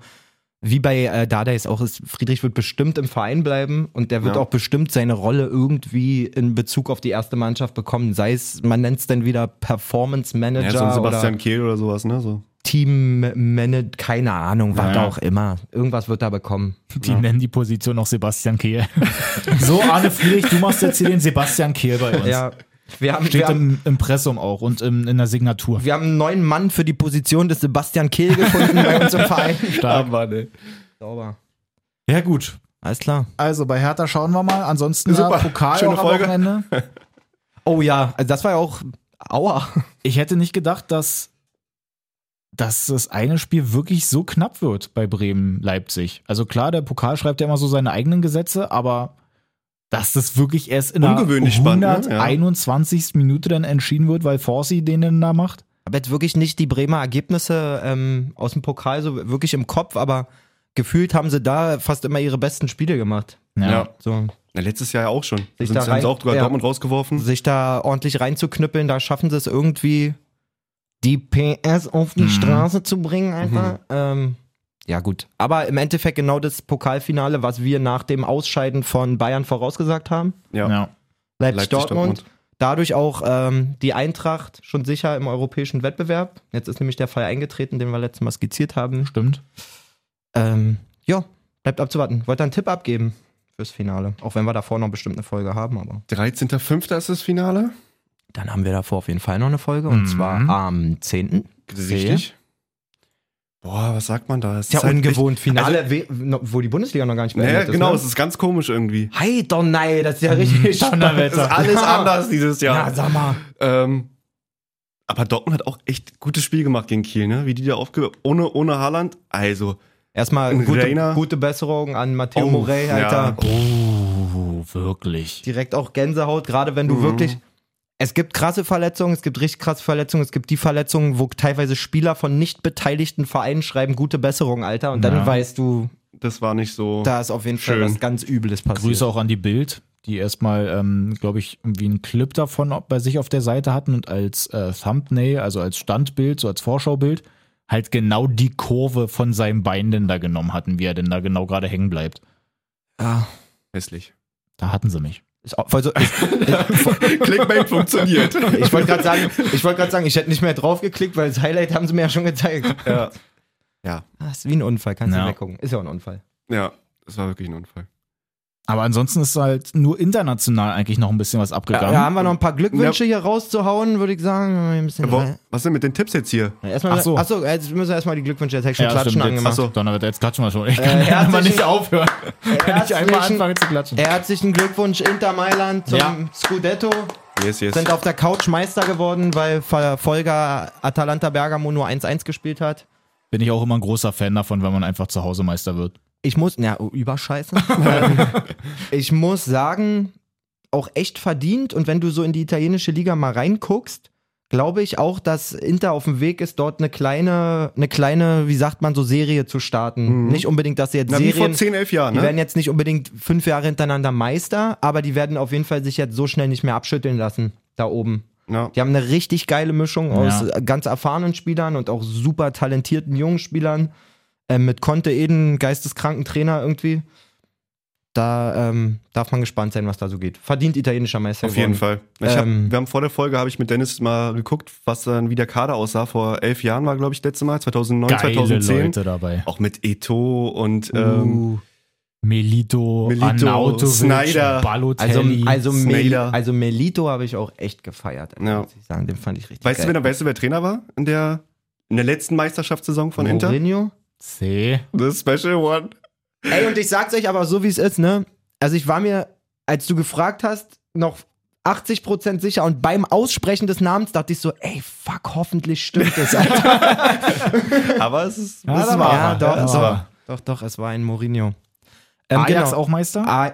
Wie bei äh, Dardai ist auch, ist, Friedrich wird bestimmt im Verein bleiben und der wird Ja. auch bestimmt seine Rolle irgendwie in Bezug auf die erste Mannschaft bekommen. Sei es, man nennt es dann wieder Performance Ja, Manager so ein Sebastian oder Kehl oder sowas, ne? So. Team Manager, keine Ahnung, was Ja. auch immer. Irgendwas wird er bekommen. Die nennen die Position noch Sebastian Kehl. so, Arne Friedrich, du machst jetzt hier den Sebastian Kehl bei uns. Ja, wir haben, wir Steht haben im Impressum auch und im, in der Signatur. Wir haben einen neuen Mann für die Position des Sebastian Kehl gefunden bei uns im Verein. Sauber. Ja, gut. Alles klar. Also bei Hertha schauen wir mal. Ansonsten Super. ja, Pokal Schöne auch am Folge. Wochenende. Oh ja, also das war ja auch. Aua. Ich hätte nicht gedacht, dass, dass das eine Spiel wirklich so knapp wird bei Bremen-Leipzig. Also klar, der Pokal schreibt ja immer so seine eigenen Gesetze, aber dass das wirklich erst in der Ungewöhnlich spannend, ne? Ja. 121. Minute dann entschieden wird, weil Forsy den dann da macht. Aber jetzt wirklich nicht die Bremer Ergebnisse ähm, aus dem Pokal so wirklich im Kopf, aber gefühlt haben sie da fast immer ihre besten Spiele gemacht. So, Na, letztes Jahr ja auch schon. Da Sich sind da sie uns rein- auch sogar ja. Dortmund rausgeworfen. sich da ordentlich reinzuknüppeln, da schaffen sie es irgendwie, die PS auf die Straße zu bringen, einfach. Ähm, ja, gut. Aber im Endeffekt genau das Pokalfinale, was wir nach dem Ausscheiden von Bayern vorausgesagt haben. Ja. ja. Leipzig-Dortmund. Leipzig-Dortmund. Dadurch auch ähm, die Eintracht schon sicher im europäischen Wettbewerb. Jetzt ist nämlich der Fall eingetreten, den wir letztes Mal skizziert haben. Stimmt. Ähm, ja, bleibt abzuwarten. Wollt ihr einen Tipp abgeben fürs Finale? Auch wenn wir davor noch bestimmt eine Folge haben, aber 13.05. ist das Finale. dann haben wir davor auf jeden Fall noch eine Folge und Mhm. zwar am 10. Richtig. Boah, was sagt man da? Es Ist ja halt ungewohnt. Finale, ne? Also- we- no- wo die Bundesliga noch gar nicht Echt, naja, beendet genau, es ist. ist ganz komisch irgendwie. Ne? Heiter, nein, das ist ja richtig Donnerwetter. spannend. Alles anders dieses Ja, Jahr. sag mal. Ähm, aber Dortmund hat auch echt gutes Spiel gemacht gegen Kiel, ne? Wie die da aufge... Ohne, ohne Haaland. Also, Erstmal Ein gute, Rainer. gute Besserung an Matteo Oh, Morey, ja. Alter. Oh, wirklich. direkt auch Gänsehaut, gerade wenn du Mhm. wirklich. Es gibt krasse Verletzungen, es gibt richtig krasse Verletzungen, es gibt die Verletzungen, wo teilweise Spieler von nicht beteiligten Vereinen schreiben, gute Besserung, Alter. Und dann Ja. weißt du, das war nicht so. da ist auf jeden Fall Schön. was ganz Übles passiert. Grüße auch an die Bild, die erstmal, ähm, glaube ich, irgendwie einen Clip davon bei sich auf der Seite hatten und als äh, Thumbnail, also als Standbild, so als Vorschaubild, halt genau die Kurve von seinem Bein denn da genommen hatten, wie er denn da genau gerade hängen bleibt. Ja. hässlich. Da hatten sie mich. Ist auch, voll so, ich Clickbait funktioniert. ich wollte gerade sagen, ich wollte gerade sagen, ich hätte nicht mehr drauf geklickt, weil das Highlight haben sie mir ja schon gezeigt. ja. ja, Ah, ist wie ein Unfall, kannst Ja. du weggucken. Ist ja auch ein Unfall. ja, das war wirklich ein Unfall. Aber ansonsten ist halt nur international eigentlich noch ein bisschen was Ja, abgegangen. da haben wir noch ein paar Glückwünsche hier rauszuhauen, würde ich sagen. Ein bisschen Wo, was denn mit den Tipps jetzt hier? Erstmal, Ach so. achso, jetzt müssen wir erstmal die Glückwünsche, jetzt hätte ich schon Ja, Klatschen stimmt, jetzt- angemacht. Achso, Donnerwetter, jetzt klatschen wir schon. Ich kann Äh, ja mal herzlichen- nicht aufhören. Kann ich einmal Herzlichen- anfangen zu klatschen. Herzlichen Glückwunsch Inter Mailand zum Ja. Scudetto. Yes, yes. Sind auf der Couch Meister geworden, weil Verfolger Atalanta Bergamo nur 1-1 gespielt hat. Bin ich auch immer ein großer Fan davon, wenn man einfach zu Hause Meister wird. Ich muss, ja, überscheiße. Ähm, ich muss sagen, auch echt verdient. Und wenn du so in die italienische Liga mal reinguckst, glaube ich auch, dass Inter auf dem Weg ist, dort eine kleine, eine kleine, wie sagt man so, Serie zu Mhm. starten. Nicht unbedingt, dass sie jetzt Na, wie vor Serien. 10, 11 Jahren, Die werden ne? jetzt nicht unbedingt fünf Jahre hintereinander Meister, aber die werden auf jeden Fall sich jetzt so schnell nicht mehr abschütteln lassen, da oben. Ja. Die haben eine richtig geile Mischung aus äh, Ja. ganz erfahrenen Spielern und auch super talentierten jungen Spielern. Ähm, mit Conte Eden, geisteskranken Trainer irgendwie. Da ähm, darf man gespannt sein, was da so geht. Verdient italienischer Meister. Auf jeden geworden. Fall. Ich hab, Ähm. wir haben vor der Folge, habe ich mit Dennis mal geguckt, was dann wie der Kader aussah. Vor elf Jahren war, glaube ich, letztes Mal, 2009, Geile 2010. Leute dabei. Auch mit Eto und ähm, Uh, Melito, Melito, Arnautovic, Snyder. also, Balotelli. also, Mel Snyder. also Melito habe ich auch echt gefeiert. Ja. Muss ich sagen, den fand ich richtig weißt, du, geil. wer, weißt du, wer Trainer war in der, in der letzten Meisterschaftssaison von Inter? Mourinho? C. The Special One. Ey, und ich sag's euch aber so, wie es ist, ne? Also ich war mir, als du gefragt hast, noch 80% sicher und beim Aussprechen des Namens dachte ich so, ey, fuck, hoffentlich stimmt es. Alter. Aber es ist, Ja, es da war, war ja, er. doch, Ja, doch, das doch, war doch, doch, es war ein Mourinho. Ähm, Ajax auch Meister? Ah.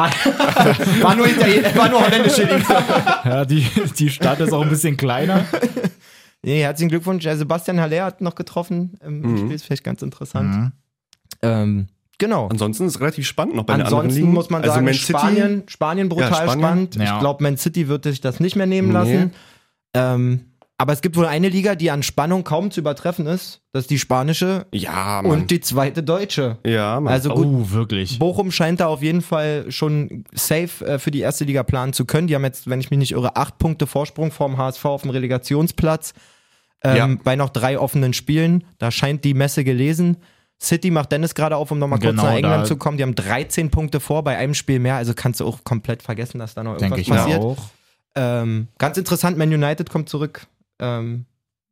Ah. war, nur Italien, war nur holländische Liga. Ja, die, die Stadt ist auch ein bisschen kleiner. Nee, herzlichen Glückwunsch. Äh, Sebastian Haller hat noch getroffen im Spiel, ist vielleicht ganz interessant. Mhm. Ähm, genau. Ansonsten ist es relativ spannend noch bei den anderen Ansonsten Ligen. muss man also sagen, Man City, Spanien, Spanien brutal Ja, Spanien. spannend. Ich Ja. glaube, Man City wird sich das nicht mehr nehmen lassen. Ähm, aber es gibt wohl eine Liga, die an Spannung kaum zu übertreffen ist. Das ist die spanische Ja, Ah, Mann. und die zweite deutsche. ja, Mann. Also gut, Oh, wirklich. Bochum scheint da auf jeden Fall schon safe äh, für die erste Liga planen zu können. Die haben jetzt, wenn ich mich nicht irre, acht Punkte Vorsprung vorm HSV auf dem Relegationsplatz. Ähm, Ja. Bei noch drei offenen Spielen. Da scheint die Messe gelesen. City macht Dennis gerade auf, um nochmal kurz Genau, nach England da- zu kommen. Die haben 13 Punkte vor bei einem Spiel mehr. Also kannst du auch komplett vergessen, dass da noch Denke irgendwas ich passiert. mir auch. Ähm, ganz interessant, Man United kommt zurück ähm,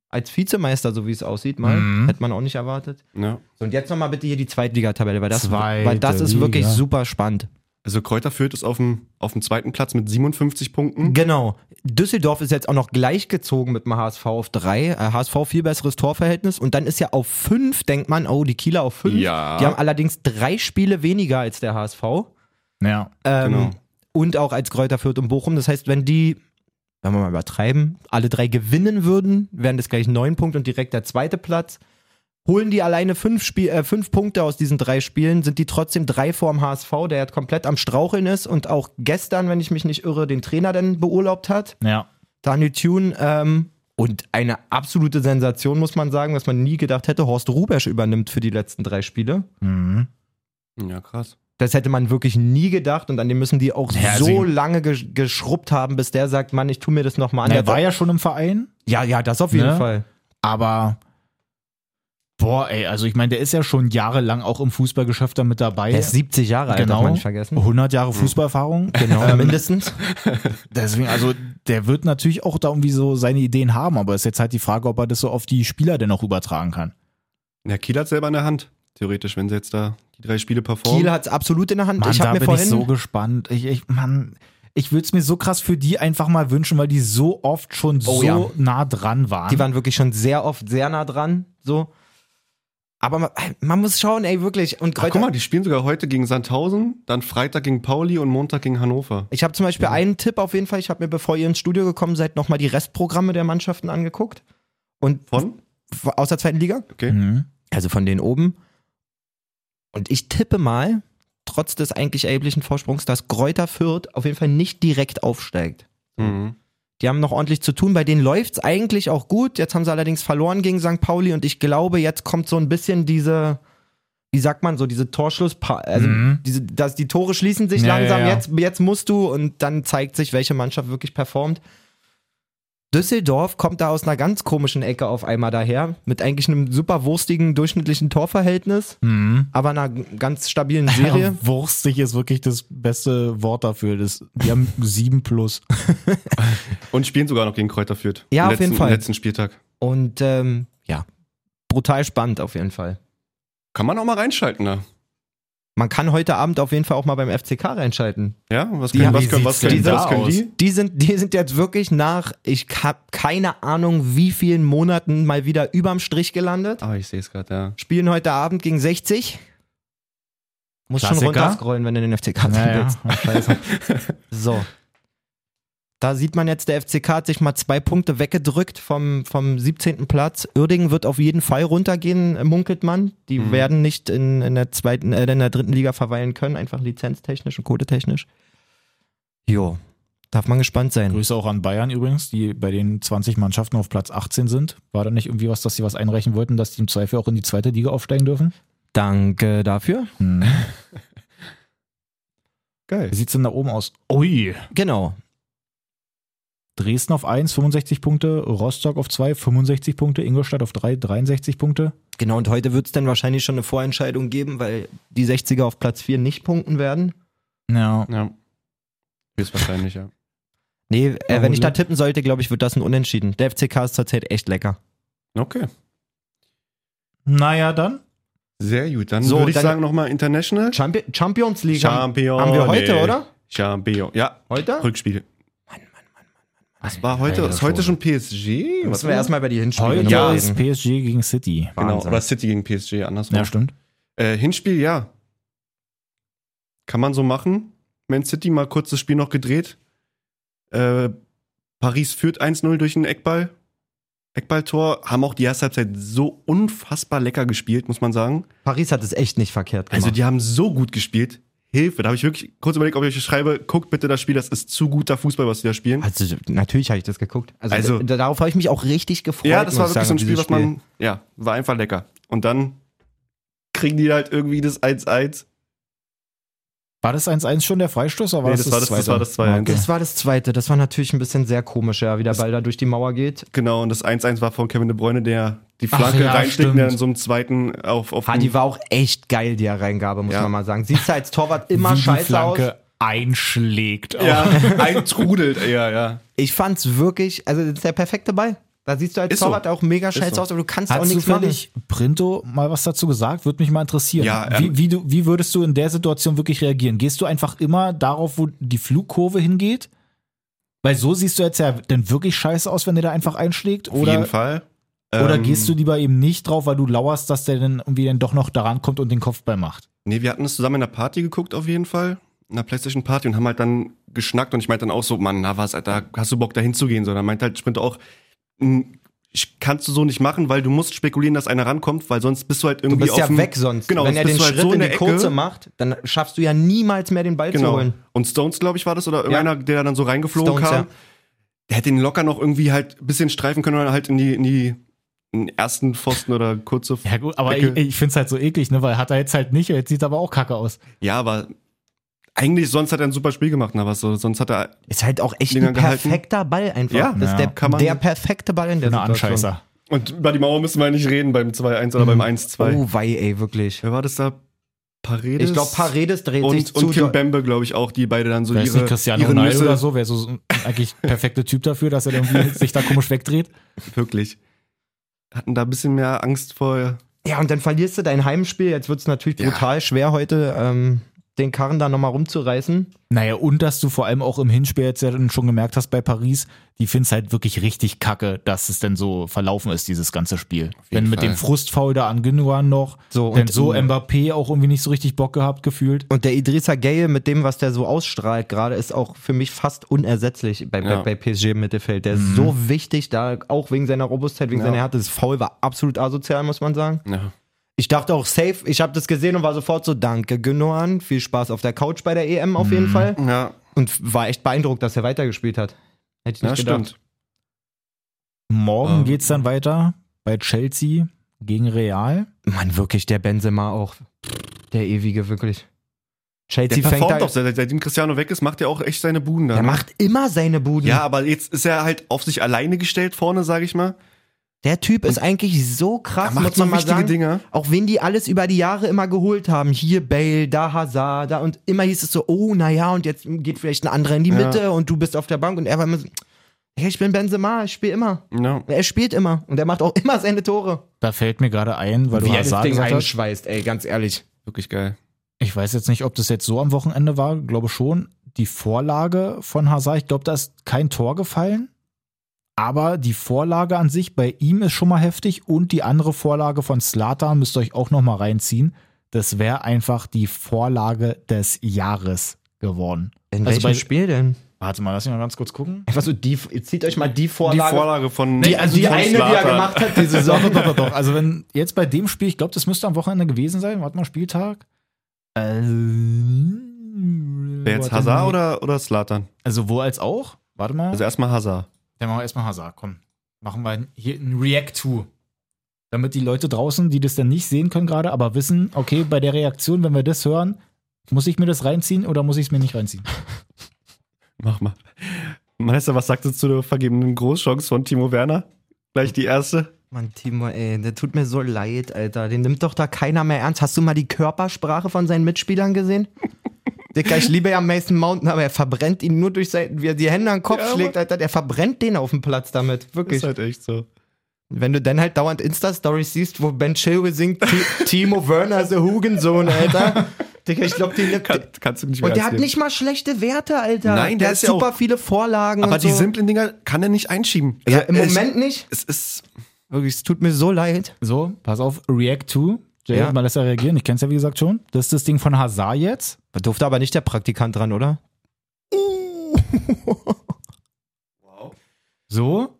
als Vizemeister, so wie es aussieht. Mal. Mhm. Hätte man auch nicht erwartet. ja. So, und jetzt nochmal bitte hier die Zweitligatabelle, weil das, Zweite weil das ist Liga. wirklich super spannend. also Kräuter Fürth ist auf dem, auf dem zweiten Platz mit 57 Punkten. Genau. Düsseldorf ist jetzt auch noch gleichgezogen mit dem HSV auf äh, 3. HSV viel besseres Torverhältnis. Und dann ist ja auf 5, denkt man, oh, die Kieler auf 5. Ja. Die haben allerdings drei Spiele weniger als der HSV. Ja. Ähm, Genau. Und auch als Kräuter Fürth und Bochum. Das heißt, wenn die, wenn wir mal übertreiben, alle drei gewinnen würden, wären das gleich neun Punkte und direkt der zweite Platz. Holen die alleine fünf, Spiel, äh, fünf Punkte aus diesen drei Spielen, sind die trotzdem drei vorm HSV, der jetzt komplett am Straucheln ist und auch gestern, wenn ich mich nicht irre, den Trainer dann beurlaubt hat. Ja. Daniel Thune ähm, und eine absolute Sensation, muss man sagen, was man nie gedacht hätte. Horst Rubesch übernimmt für die letzten drei Spiele. Mhm. Ja, krass. Das hätte man wirklich nie gedacht und an dem müssen die auch Ja, so also- lange ge geschrubbt haben, bis der sagt, Mann, ich tu mir das nochmal an. Na, Der er war hat- ja schon im Verein, ja, ja, das auf jeden Ne? Fall. aber boah, ey, also ich meine, der ist ja schon jahrelang auch im Fußballgeschäft damit dabei. Der ist 70 Jahre alt, darf genau. man nicht vergessen. 100 Jahre Fußballerfahrung. Ähm, Genau, mindestens. Deswegen, also der wird natürlich auch da irgendwie so seine Ideen haben, aber ist jetzt halt die Frage, ob er das so auf die Spieler denn noch übertragen kann. Ja, Kiel hat selber in der Hand, theoretisch, wenn sie jetzt da die drei Spiele performen. Kiel hat es absolut in der Hand. Mann, ich da habe mir bin vorhin ich so gespannt. Ich, ich, Mann, ich würde es mir so krass für die einfach mal wünschen, weil die so oft schon Oh, so ja. nah dran waren. Die waren wirklich schon sehr oft sehr nah dran, so. Aber man, man muss schauen, ey, wirklich. Und Ach, Kräuter, guck mal, die spielen sogar heute gegen Sandhausen, dann Freitag gegen Pauli und Montag gegen Hannover. Ich habe zum Beispiel einen Tipp auf jeden Fall. Ich habe mir, bevor ihr ins Studio gekommen seid, nochmal die Restprogramme der Mannschaften angeguckt. Und Von? f- aus der zweiten Liga? Okay. mhm. Also von denen oben. Und ich tippe mal, trotz des eigentlich erheblichen Vorsprungs, dass Kräuter Fürth auf jeden Fall nicht direkt aufsteigt. Mhm. Die haben noch ordentlich zu tun. Bei denen läuft's eigentlich auch gut. Jetzt haben sie allerdings verloren gegen St. Pauli und ich glaube, jetzt kommt so ein bisschen diese, wie sagt man so, diese Torschluss, also Mhm. diese, dass die Tore schließen sich Ja, langsam. ja, ja. Jetzt, jetzt musst du und dann zeigt sich, welche Mannschaft wirklich performt. Düsseldorf kommt da aus einer ganz komischen Ecke auf einmal daher, mit eigentlich einem super wurstigen durchschnittlichen Torverhältnis, Mhm. aber einer ganz stabilen Serie. Wurstig ist wirklich das beste Wort dafür. Das, die haben sieben plus. Und spielen sogar noch gegen Kräuter Fürth. Ja, Am auf letzten, jeden Fall. am letzten Spieltag. Und ähm, ja, brutal spannend auf jeden Fall. Kann man auch mal reinschalten da. Man kann heute Abend auf jeden Fall auch mal beim FCK reinschalten. Ja, was Die können, haben- was wie können, was sieht's können, denn was da Äh, können die? Die sind, die sind jetzt wirklich nach, ich habe keine Ahnung, wie vielen Monaten mal wieder überm Strich gelandet. Ah, ich sehe es gerade, ja. Spielen heute Abend gegen 60. Muss schon Klassiker. runterscrollen, wenn du den FCK Ja, ja. willst. So. Da sieht man jetzt, der FCK hat sich mal zwei Punkte weggedrückt vom, vom 17. Platz. Uerdingen wird auf jeden Fall runtergehen, äh, munkelt man. Die werden nicht in, in, der zweiten, äh, in der dritten Liga verweilen können, einfach lizenztechnisch und quotetechnisch. Jo, darf man gespannt sein. Grüße auch an Bayern übrigens, die bei den 20 Mannschaften auf Platz 18 sind. War da nicht irgendwie was, dass sie was einreichen wollten, dass die im Zweifel auch in die zweite Liga aufsteigen dürfen? Danke dafür. Hm. Geil. Wie sieht's denn da oben aus? Ui. Genau. Dresden auf 1, 65 Punkte, Rostock auf 2, 65 Punkte, Ingolstadt auf 3, 63 Punkte. Genau, und heute wird es dann wahrscheinlich schon eine Vorentscheidung geben, weil die 60er auf Platz 4 nicht punkten werden. Ja. Ja. Ist wahrscheinlich, ja. Nee, äh, wenn ich da Ole. tippen sollte, glaube ich, wird das ein Unentschieden. Der FCK ist zurzeit echt lecker. Okay. Naja, dann. Sehr gut. Dann So, würde ich dann- sagen nochmal International. Champi Champions League haben- Champion. haben wir heute, nee. oder? Champion. Ja, Heute? Rückspiel. Mann, Mann, Mann. Was war heute? Alter, Ist heute schon schon. PSG? Müssen Was wir erstmal über die Hinspiele Heute Ja, nochmal ist reden. PSG gegen City. Genau, Wahnsinn. oder City gegen PSG, andersrum. Ja, stimmt. Äh, Hinspiel, ja. Kann man so machen. Man City mal kurz das Spiel noch gedreht. Äh, Paris führt 1-0 durch einen Eckball. Eckballtor. Haben auch die erste Halbzeit so unfassbar lecker gespielt, muss man sagen. Paris hat es echt nicht verkehrt gemacht. Also die haben so gut gespielt. Hilfe, da habe ich wirklich kurz überlegt, ob ich euch schreibe, guckt bitte das Spiel, das ist zu guter Fußball, was die da spielen. also natürlich habe ich das geguckt. Also, Also- d- darauf habe ich mich auch richtig gefreut. Ja, das war muss ich wirklich so ein sagen, Spiel, auf was dieses man. Ja, war einfach lecker. Und dann kriegen die halt irgendwie das 1-1. War das 1-1 schon der Freistoß oder war Nee, das, das war das- das war das 2-1. Okay. Das war das zweite. Das war natürlich ein bisschen sehr komisch, ja, wie der Ball da durch die Mauer geht. Genau, und das 1-1 war von Kevin de Bruyne, der die Ach Flanke ja, reinsteckt und stimmt. der in so einem zweiten auf. auf Ha, Ah, die war auch echt geil, die Hereingabe, muss Ja. man mal sagen. Sieht als Torwart immer Wie die scheiße aus. Flanke einschlägt. ja, eintrudelt, ja, ja. Ich fand's wirklich, also das ist der perfekte Ball. Da siehst du als Ist so. Torwart auch mega scheiße so. aus, aber du kannst Hat auch nichts machen. zufällig Printo mal was dazu gesagt? Würde mich mal interessieren. Ja, ähm, wie, wie, du, wie würdest du in der Situation wirklich reagieren? Gehst du einfach immer darauf, wo die Flugkurve hingeht? Weil so siehst du jetzt ja dann wirklich scheiße aus, wenn der da einfach einschlägt? Auf jeden Oder, Fall. oder Ähm, gehst du lieber eben nicht drauf, weil du lauerst, dass der dann irgendwie dann doch noch daran kommt und den Kopfball macht? Nee, wir hatten es zusammen in einer Party geguckt, auf jeden Fall. In einer Playstation-Party und haben halt dann geschnackt und ich meinte dann auch so, Mann, na was, Alter, hast du Bock da hinzugehen? So, dann meinte halt Sprinter auch, "M, ich- kannst du so nicht machen, weil du musst spekulieren, dass einer rankommt, weil sonst bist du halt Du irgendwie bist auf ja dem- weg sonst. Genau, Wenn sonst er den bist du halt Schritt so in die der Ecke. Kurze macht, dann schaffst du ja niemals mehr den Ball zu Genau. holen. Und Stones, glaube ich, war das, oder irgendeiner, der dann so reingeflogen Stones, kam. ja. Der hätte ihn locker noch irgendwie halt ein bisschen streifen können oder halt in die, in die in den ersten Pfosten oder kurze Ja, gut, aber Ecke. ich, ich finde es halt so eklig, ne? weil hat er jetzt halt nicht, jetzt sieht aber auch kacke aus. Ja, aber eigentlich, sonst hat er ein super Spiel gemacht, na was, so, sonst hat er Ist halt auch echt Dinger ein gehalten. perfekter Ball einfach. Ja, das ist ja. der, Kann man- der perfekte Ball in der Eine Situation. Anscheißer. Und über die Mauer müssen wir nicht reden beim 2-1 oder beim 1-2. Oh wei, ey, wirklich. Wer war das da? Paredes? Ich glaube, Paredes dreht sich und, zu. und Kim Bembe, glaube ich, auch, die beide dann so Wer ist nicht ihre, Cristiano ihre Ronaldo Nüsse. oder so? Wäre so ein- eigentlich perfekter Typ dafür, dass er irgendwie sich da komisch wegdreht? Wirklich. Hatten da ein bisschen mehr Angst vor. ja, und dann verlierst du dein Heimspiel. Jetzt wird's natürlich Ja. brutal schwer heute, ähm, den Karren da nochmal rumzureißen. Naja, und dass du vor allem auch im Hinspiel jetzt ja dann schon gemerkt hast bei Paris, die finden es halt wirklich richtig kacke, dass es denn so verlaufen ist, dieses ganze Spiel. Wenn mit Fall. dem Frustfaul da an Gündogan noch, So, denn und- so Mbappé auch irgendwie nicht so richtig Bock gehabt gefühlt. Und der Idrissa Gaye mit dem, was der so ausstrahlt gerade, ist auch für mich fast unersetzlich bei, Ja. Mhm. bei, bei PSG im Mittelfeld. Der ist so wichtig, da auch wegen seiner Robustheit, wegen Ja. seiner Härte. Das Foul war absolut asozial, muss man sagen. Ja. Ich dachte auch safe, ich habe das gesehen und war sofort so, danke Gündogan, viel Spaß auf der Couch bei der EM auf Mhm. jeden Fall. Ja, Und war echt beeindruckt, dass er weitergespielt hat. Hätte ich ja nicht gedacht. stimmt. Morgen Ähm. geht's dann weiter bei Chelsea gegen Real. Mann, wirklich, der Benzema auch. Der ewige, wirklich. Der Chelsea fängt performt da, doch, seit, seitdem Cristiano weg ist, macht er auch echt seine Buden da. Der ne? macht immer seine Buden. ja, aber jetzt ist er halt auf sich alleine gestellt vorne, sage ich mal. Der Typ ist eigentlich so krass, Er macht muss so man mal wichtige sagen. Dinge. Auch wenn die alles über die Jahre immer geholt haben, hier Bale, da Hazard, da und immer hieß es so, oh naja, und jetzt geht vielleicht ein anderer in die Ja. Mitte und du bist auf der Bank und er war immer so, hey, ich bin Benzema, ich spiele immer. Ja. Er spielt immer und er macht auch immer seine Tore. Da fällt mir gerade ein, weil du Hazard gesagt hast. einschweißt, ey, ganz ehrlich. Wirklich geil. Ich weiß jetzt nicht, ob das jetzt so am Wochenende war, glaube schon. Die Vorlage von Hazard, ich glaube, da ist kein Tor gefallen. Aber die Vorlage an sich bei ihm ist schon mal heftig und die andere Vorlage von Slatan müsst ihr euch auch noch mal reinziehen. Das wäre einfach die Vorlage des Jahres geworden. In Also welchem bei- Spiel denn? Warte mal, lass mich mal ganz kurz gucken. Einfach so, die, ihr zieht euch mal die Die Vorlage. Vorlage von. die, also die von eine, die er Slater. gemacht hat, Diese Sache, doch, doch, doch. Also, wenn jetzt bei dem Spiel, ich glaube, das müsste am Wochenende gewesen sein. Warte mal, Spieltag. Äh, Wer jetzt Hazard oder, oder Slatan? Also, sowohl als auch. Warte mal. Also erstmal Hazard. Dann machen wir erstmal Hazard, komm. Machen wir hier ein React to. Damit die Leute draußen, die das dann nicht sehen können gerade, aber wissen, okay, bei der Reaktion, wenn wir das hören, muss ich mir das reinziehen oder muss ich es mir nicht reinziehen? Mach mal. Meister, was sagst du zu der vergebenen Großchance von Timo Werner? Gleich die erste. Mann, Timo, ey, der tut mir so leid, Alter. Den nimmt doch da keiner mehr ernst. Hast du mal die Körpersprache von seinen Mitspielern gesehen? Dicker, ich liebe ja Mason Mountain, aber er verbrennt ihn nur durch sein, wie er die Hände an den Kopf Ja, schlägt, Alter. Der verbrennt den auf dem Platz damit. Wirklich. Ist halt echt so. Wenn du dann halt dauernd Insta-Stories siehst, wo Ben Chilwell singt, Ti- Timo Werner ist der Hugensohn, Alter. Digga, ich glaube, die nimmt. Kann, kannst du nicht mehr Und der ernst hat nehmen. nicht mal schlechte Werte, Alter. Nein, der der, hat ist ja super auch- viele Vorlagen. Aber und die so. simplen Dinger kann er nicht einschieben. Ja, Also Im es- Moment nicht. Es ist. Wirklich, es tut mir so leid. So, pass auf, React to. Jay, Ja. mal lässt er reagieren. Ich kenn's ja, wie gesagt, schon. Das ist das Ding von Hazard jetzt. Da durfte aber nicht der Praktikant dran, oder? So.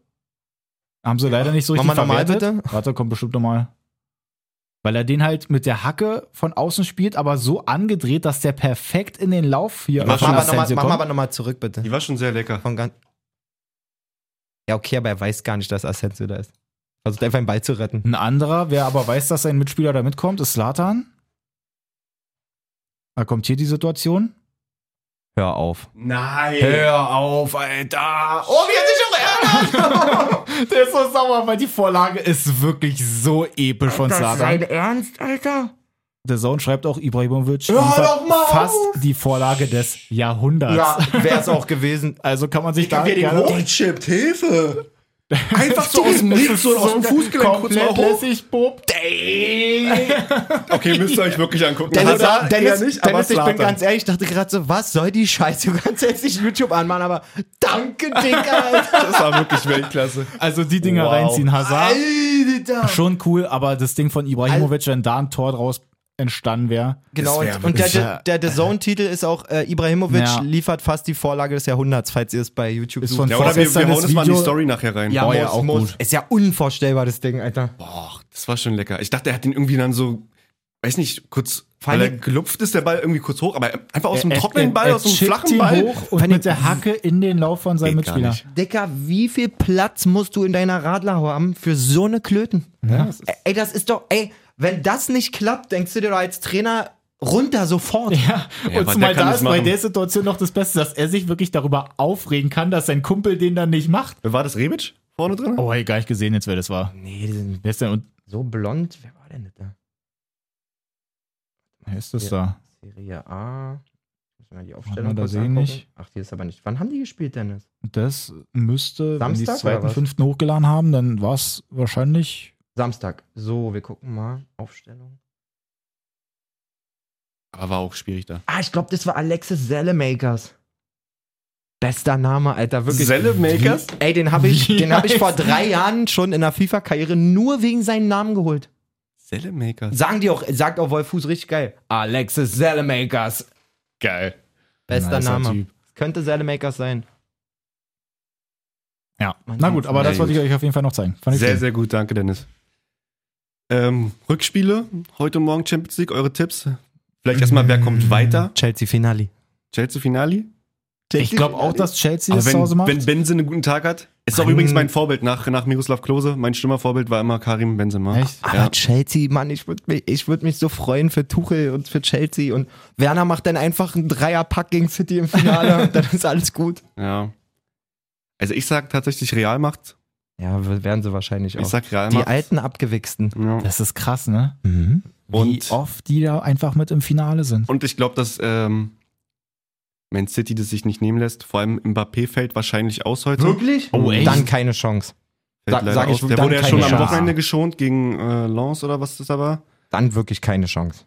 Haben sie leider nicht so richtig Machen wir nochmal, verwertet. Warte, kommt bestimmt nochmal. Weil er den halt mit der Hacke von außen spielt, aber so angedreht, dass der perfekt in den Lauf hier Mach Mach von mal, aber Asensio nochmal, mach mal kommt. aber nochmal zurück, bitte. Die war schon sehr lecker. Von ganz ja, okay, aber er weiß gar nicht, dass Asensio da ist. Versucht einfach einen Ball zu retten. Ein anderer, wer aber weiß, dass sein Mitspieler da mitkommt, ist Slatan. Da kommt hier die Situation. Hör auf. Nein. Hör auf, Alter! Oh, wie hat sich schon erinnert! Der ist so sauer, weil die Vorlage ist wirklich so episch von Slatan. Ernst, Alter? Der Zone schreibt auch Ibrahimovic. Hör ver- doch mal auf! fast die Vorlage des Jahrhunderts. Ja, wäre es auch gewesen. Also kann man sich da gerne hochchippt, Hilfe! Einfach so aus dem Nichts, so aus dem Fußgelenk kurz mal komplett hoch. lässig, Bob. Okay, müsst ihr euch wirklich angucken. Dennis, Hazard eher Dennis, nicht, aber Dennis ich bin Zlatan. ganz ehrlich, ich dachte gerade so, was soll die Scheiße? Du kannst jetzt nicht YouTube anmachen, aber danke, Digga. Das war wirklich Weltklasse. Also die Dinger Wow. reinziehen, Hazard. Alter. Schon cool, aber das Ding von Ibrahimovic, wenn da ein Tor draus entstanden wäre. Genau, Das wär und, und der, wirklich- der, der, der Zone-Titel ist auch, äh, Ibrahimovic Ja. liefert fast die Vorlage des Jahrhunderts, falls ihr es bei YouTube Ist sucht. von Ja, oder wir, wir Vorgestern hauen das das mal in die Video- Story nachher rein. Ja, muss, muss. Ist ja unvorstellbar, das Ding, Alter. Boah, das war schon lecker. Ich dachte, er hat den irgendwie dann so, weiß nicht, kurz, weil er allem- gelupft ist, der Ball irgendwie kurz hoch, aber einfach aus dem Er- trockenen er- Ball, er aus dem chippt flachen ihn Ball. Hoch und mit der Hacke in den Lauf von seinem Geht gar Mitspieler. nicht. Dicker, wie viel Platz musst du in deiner Radlerhauer haben für so eine Klöten? Ey, das ist doch, ey, wenn das nicht klappt, denkst du dir doch als Trainer runter sofort. Ja, Ja, und aber zumal der kann da das ist bei machen. der Situation noch das Beste, dass er sich wirklich darüber aufregen kann, dass sein Kumpel den dann nicht macht. War das Rebic vorne drin? Oh, hey, gar nicht gesehen jetzt, wer das war. Nee, die sind Wer ist denn, und, so blond. Wer war denn das da? wer ist das Ja. da? Serie A. Muss man Warte die mal, Aufstellung da kurz sehe ich angucken? nicht. Ach, die ist aber nicht. Wann haben die gespielt, Dennis? Und Das müsste, wenn die Samstag es oder zweiten, was? fünften hochgeladen haben, dann war es wahrscheinlich Samstag. So, wir gucken mal. Aufstellung. Aber war auch schwierig da. Ah, ich glaube, das war Alexis Zellemakers. Bester Name, Alter, wirklich. Selle Makers? Ey, den habe ich, Wie den hab ich vor heißt- drei Jahren schon in der FIFA-Karriere nur wegen seinen Namen geholt. Selle Makers. Sagen die auch, sagt auch Wolfuß richtig geil. Alexis Zellemakers. Geil. Bester Nicer Name. Typ. Könnte Zellemakers sein. Ja, Man na gut, sieht's aber nicht. das wollte ich euch auf jeden Fall noch zeigen. Fand ich Sehr, cool. sehr gut, danke, Dennis. Ähm, Rückspiele, heute Morgen Champions League, eure Tipps. Vielleicht erstmal, wer Mhm. kommt weiter? Chelsea Finale. Chelsea Finale? ich glaube auch, dass Chelsea Aber das zu Hause wenn, macht. wenn Benzin einen guten Tag hat. Ist auch Mann. übrigens mein Vorbild nach, nach Miroslav Klose. Mein schlimmer Vorbild war immer Karim Benzema. Echt? Aber Ja. Chelsea, Mann, ich würde mich, ich würd mich so freuen für Tuchel und für Chelsea. Und Werner macht dann einfach einen Dreierpack gegen City im Finale und dann ist alles gut. ja. Also ich sag tatsächlich Real macht. Ja, werden sie wahrscheinlich Ich sag Real Die macht. alten Abgewichsten. Ja. das ist krass, ne? Mhm. Wie Und, oft die da einfach mit im Finale sind. und ich glaube, dass ähm, Man City das sich nicht nehmen lässt. Vor allem Mbappé fällt wahrscheinlich aus heute. Wirklich? Oh, echt? Dann keine Chance. Fällt Sag- leider sag ich, aus. Der dann wurde ja keine schon am Chance. Wochenende geschont gegen äh, Lens oder was das da war. Dann wirklich keine Chance.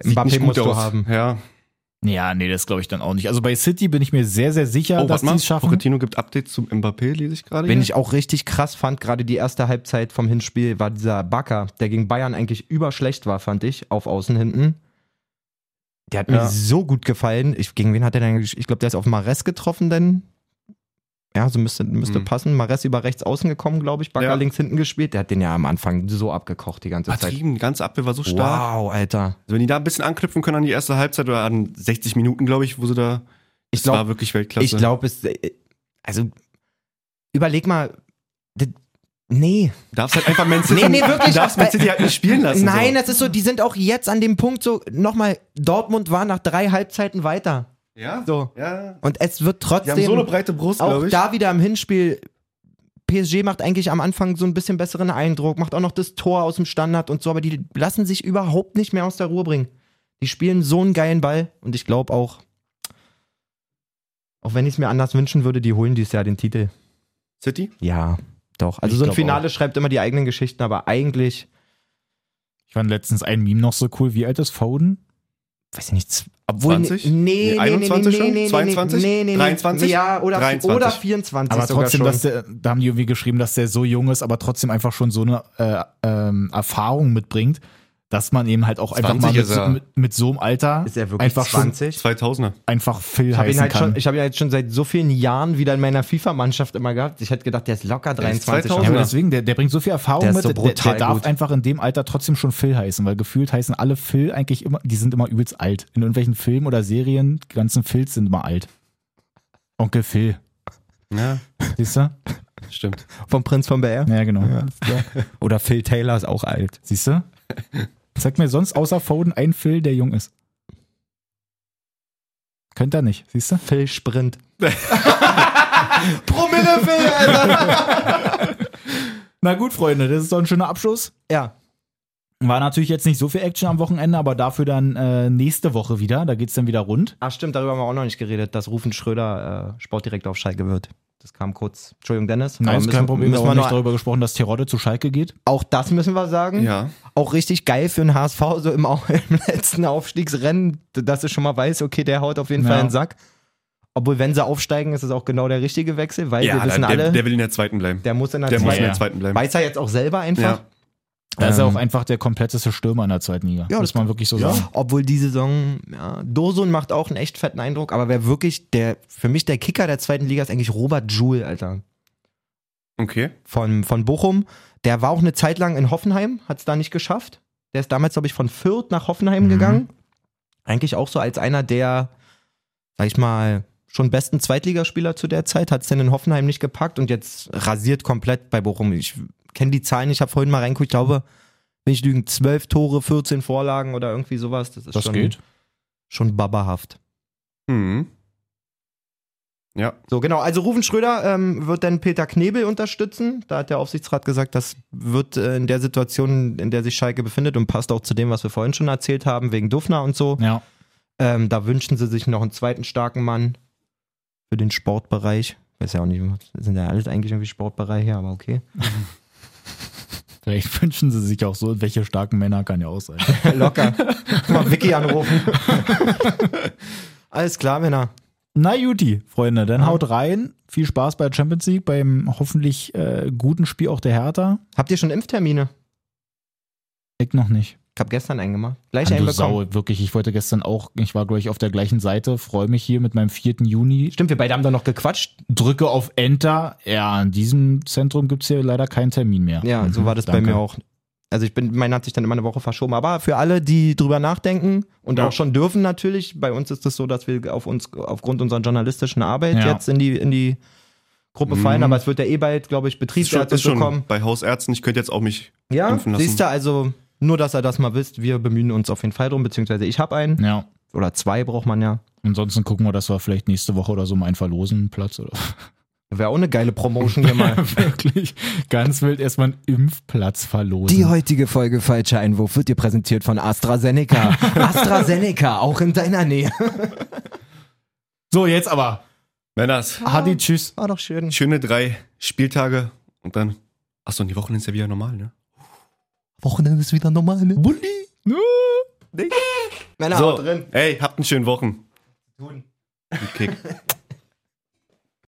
Sieht nicht gut aus. Ja. Ja, nee, das glaube ich dann auch nicht. Also bei City bin ich mir sehr, sehr sicher, oh, dass warte die mal. es schaffen. Pochettino gibt Updates zum Mbappé, lese ich gerade. Wenn hier. ich auch richtig krass fand, gerade die erste Halbzeit vom Hinspiel war dieser Bakker, der gegen Bayern eigentlich überschlecht war, fand ich, auf außen hinten. Der hat mir Ja. so gut gefallen. Ich, gegen wen hat er denn gesch- Ich glaube, der ist auf Mares getroffen, denn Ja, so müsste, müsste Mhm. passen. Mares über rechts außen gekommen, glaube ich. Bagger Ja. links hinten gespielt. Der hat den ja am Anfang so abgekocht die ganze Zeit. Vertrieben, die ganze Abwehr war so stark. Wow, Alter. Also wenn die da ein bisschen anknüpfen können an die erste Halbzeit oder an 60 Minuten, glaube ich, wo sie da. Ich das glaube, war wirklich Weltklasse. Ich glaube, es. äh, Also, überleg mal. d- Nee. Du darfst halt einfach Man City, Nee, nee, wirklich. Du darfst Man City halt nicht spielen lassen. Nein, so. das ist so, die sind auch jetzt an dem Punkt so, nochmal, Dortmund war nach drei Halbzeiten weiter. Ja, So. ja. Und es wird Die haben trotzdem so eine breite Brust, auch glaube ich. da wieder im Hinspiel. PSG macht eigentlich am Anfang so ein bisschen besseren Eindruck, macht auch noch das Tor aus dem Standard und so, aber die lassen sich überhaupt nicht mehr aus der Ruhe bringen. Die spielen so einen geilen Ball und ich glaube auch, auch wenn ich es mir anders wünschen würde, die holen dieses Jahr den Titel. City? Ja, doch. Also Ich so ein glaub Finale schreibt immer die eigenen Geschichten, aber eigentlich, Ich fand letztens ein Meme noch so cool. Wie alt ist Foden? weiß ich nicht, z- obwohl ne, 20? nee, nee, nee, 21 nee, schon? nee, nee, 22? nee, nee, nee, 23? Ja, oder 23. oder 24 Aber sogar trotzdem, schon. dass der, da haben die irgendwie geschrieben, dass der so jung ist, aber trotzdem einfach schon so eine äh, ähm, Erfahrung mitbringt, dass man eben halt auch einfach mal 20 mit, ist er. so- mit, mit so einem Alter ist er wirklich einfach schon 20? 2000er. einfach Phil Ich habe ihn, heißen halt kann. schon- ich hab ihn halt schon seit so vielen Jahren wieder in meiner FIFA-Mannschaft immer gehabt. Ich hätte gedacht, der ist locker Der ist 23. ja, aber 2000er. deswegen, der, der bringt so viel Erfahrung Der ist mit, so der, der brutal darf gut. einfach in dem Alter trotzdem schon Phil heißen, weil gefühlt heißen alle Phil eigentlich immer, die sind immer übelst alt. In irgendwelchen Filmen oder Serien, die ganzen Phils sind immer alt. Onkel Phil, Ja, siehst du? stimmt. Vom Prinz von BR. Ja, genau. Oder Phil Taylor ist auch alt. Siehst du? Zeig mir sonst außer Foden einen Phil, der jung ist. Könnt er nicht, siehst du? Phil Sprint. Promille Phil, Alter. Na gut, Freunde, das ist doch ein schöner Abschluss. Ja. War natürlich jetzt nicht so viel Action am Wochenende, aber dafür dann äh, nächste Woche wieder. Da geht's dann wieder rund. Ach Ah, stimmt, darüber haben wir auch noch nicht geredet, dass Rufen Schröder äh, Sportdirektor auf Schalke wird. Das kam kurz. Entschuldigung, Dennis. Aber ist müssen- Wir Müssen wir haben nicht noch, darüber gesprochen, dass Terodde zu Schalke geht. auch das müssen wir sagen. Ja. Auch richtig geil für den HSV, so im, Au- im letzten Aufstiegsrennen, dass du schon mal weißt, okay, der haut auf jeden Ja. Fall einen Sack. Obwohl, wenn sie aufsteigen, ist es auch genau der richtige Wechsel, weil wir wissen der, alle, der der, will in der zweiten bleiben. muss in der Der muss in zweiten. der zweiten bleiben. Weiß er jetzt auch selber einfach. Ja. Da ist er Ähm. auch einfach der kompletteste Stürmer in der zweiten Liga. Ja, muss das man wirklich so sagen. Obwohl die Saison, ja, Dosun macht auch einen echt fetten Eindruck, aber wer wirklich der, für mich der Kicker der zweiten Liga ist eigentlich Robert Joule, Alter. Okay. von, von Bochum. Der war auch eine Zeit lang in Hoffenheim, hat es da nicht geschafft. Der ist damals, glaube ich, von Fürth nach Hoffenheim Mhm. gegangen. Eigentlich auch so als einer der, sag ich mal, schon besten Zweitligaspieler zu der Zeit, hat es denn in Hoffenheim nicht gepackt und jetzt rasiert komplett bei Bochum. Ich kenne die Zahlen, ich habe vorhin mal reingeguckt, ich glaube, wenn ich lügen, 12 Tore, 14 Vorlagen oder irgendwie sowas. Das ist Das schon, geht. schon babahaft. Mhm. Ja. So, genau. Also Rufen Schröder ähm, wird dann Peter Knebel unterstützen. Da hat der Aufsichtsrat gesagt, das wird äh, in der Situation, in der sich Schalke befindet und passt auch zu dem, was wir vorhin schon erzählt haben, wegen Dufner und so. Ja. Ähm, da wünschen sie sich noch einen zweiten starken Mann für den Sportbereich. Weiß ja auch nicht, sind ja alles eigentlich irgendwie Sportbereiche, aber okay. Vielleicht wünschen sie sich auch so, welche starken Männer kann ja auch sein. Locker. Mal Vicky anrufen. alles klar, Männer. Na Juti, Freunde, dann haut rein. Viel Spaß bei der Champions League, beim hoffentlich äh, guten Spiel auch der Hertha. Habt ihr schon Impftermine? Ich noch nicht. Ich hab gestern einen gemacht. Gleich Mann, einen du bekommen. Sau, wirklich. Ich wollte gestern auch, ich war, glaube ich, auf der gleichen Seite, freue mich hier mit meinem 4. Juni. Stimmt, wir beide haben da noch gequatscht. Drücke auf Enter. Ja, in diesem Zentrum gibt es hier leider keinen Termin mehr. Ja, so Mhm, war das danke. bei mir auch. Also ich bin, mein hat sich dann immer eine Woche verschoben. Aber für alle, die drüber nachdenken und Ja. auch schon dürfen natürlich, bei uns ist es das so, dass wir auf uns, aufgrund unserer journalistischen Arbeit Ja. jetzt in die, in die Gruppe Mhm. fallen, aber es wird ja eh bald, glaube ich, Ist schon, Betriebsärzte ist schon bekommen. bei Hausärzten. Ich könnte jetzt auch mich. Ja, impfen lassen. siehst du, also nur, dass ihr das mal wisst, wir bemühen uns auf jeden Fall drum, beziehungsweise ich habe einen Ja. oder zwei braucht man ja. Ansonsten gucken wir, dass wir vielleicht nächste Woche oder so mal einen verlosen Platz oder Wäre auch eine geile Promotion hier mal. wirklich ganz wild erstmal einen Impfplatz verlosen. Die heutige Folge Falscher Einwurf wird dir präsentiert von AstraZeneca. AstraZeneca, auch in deiner Nähe. so, jetzt aber. Männers. Ah. Hadi, tschüss. War doch schön. Schöne drei Spieltage und dann. Achso, und die Wochenende ist ja wieder normal, ne? Wochenende ist wieder normal, ne? Bulli. Männer, So, haut Genau, drin. ey, habt einen schönen Wochen. Tun. Kick.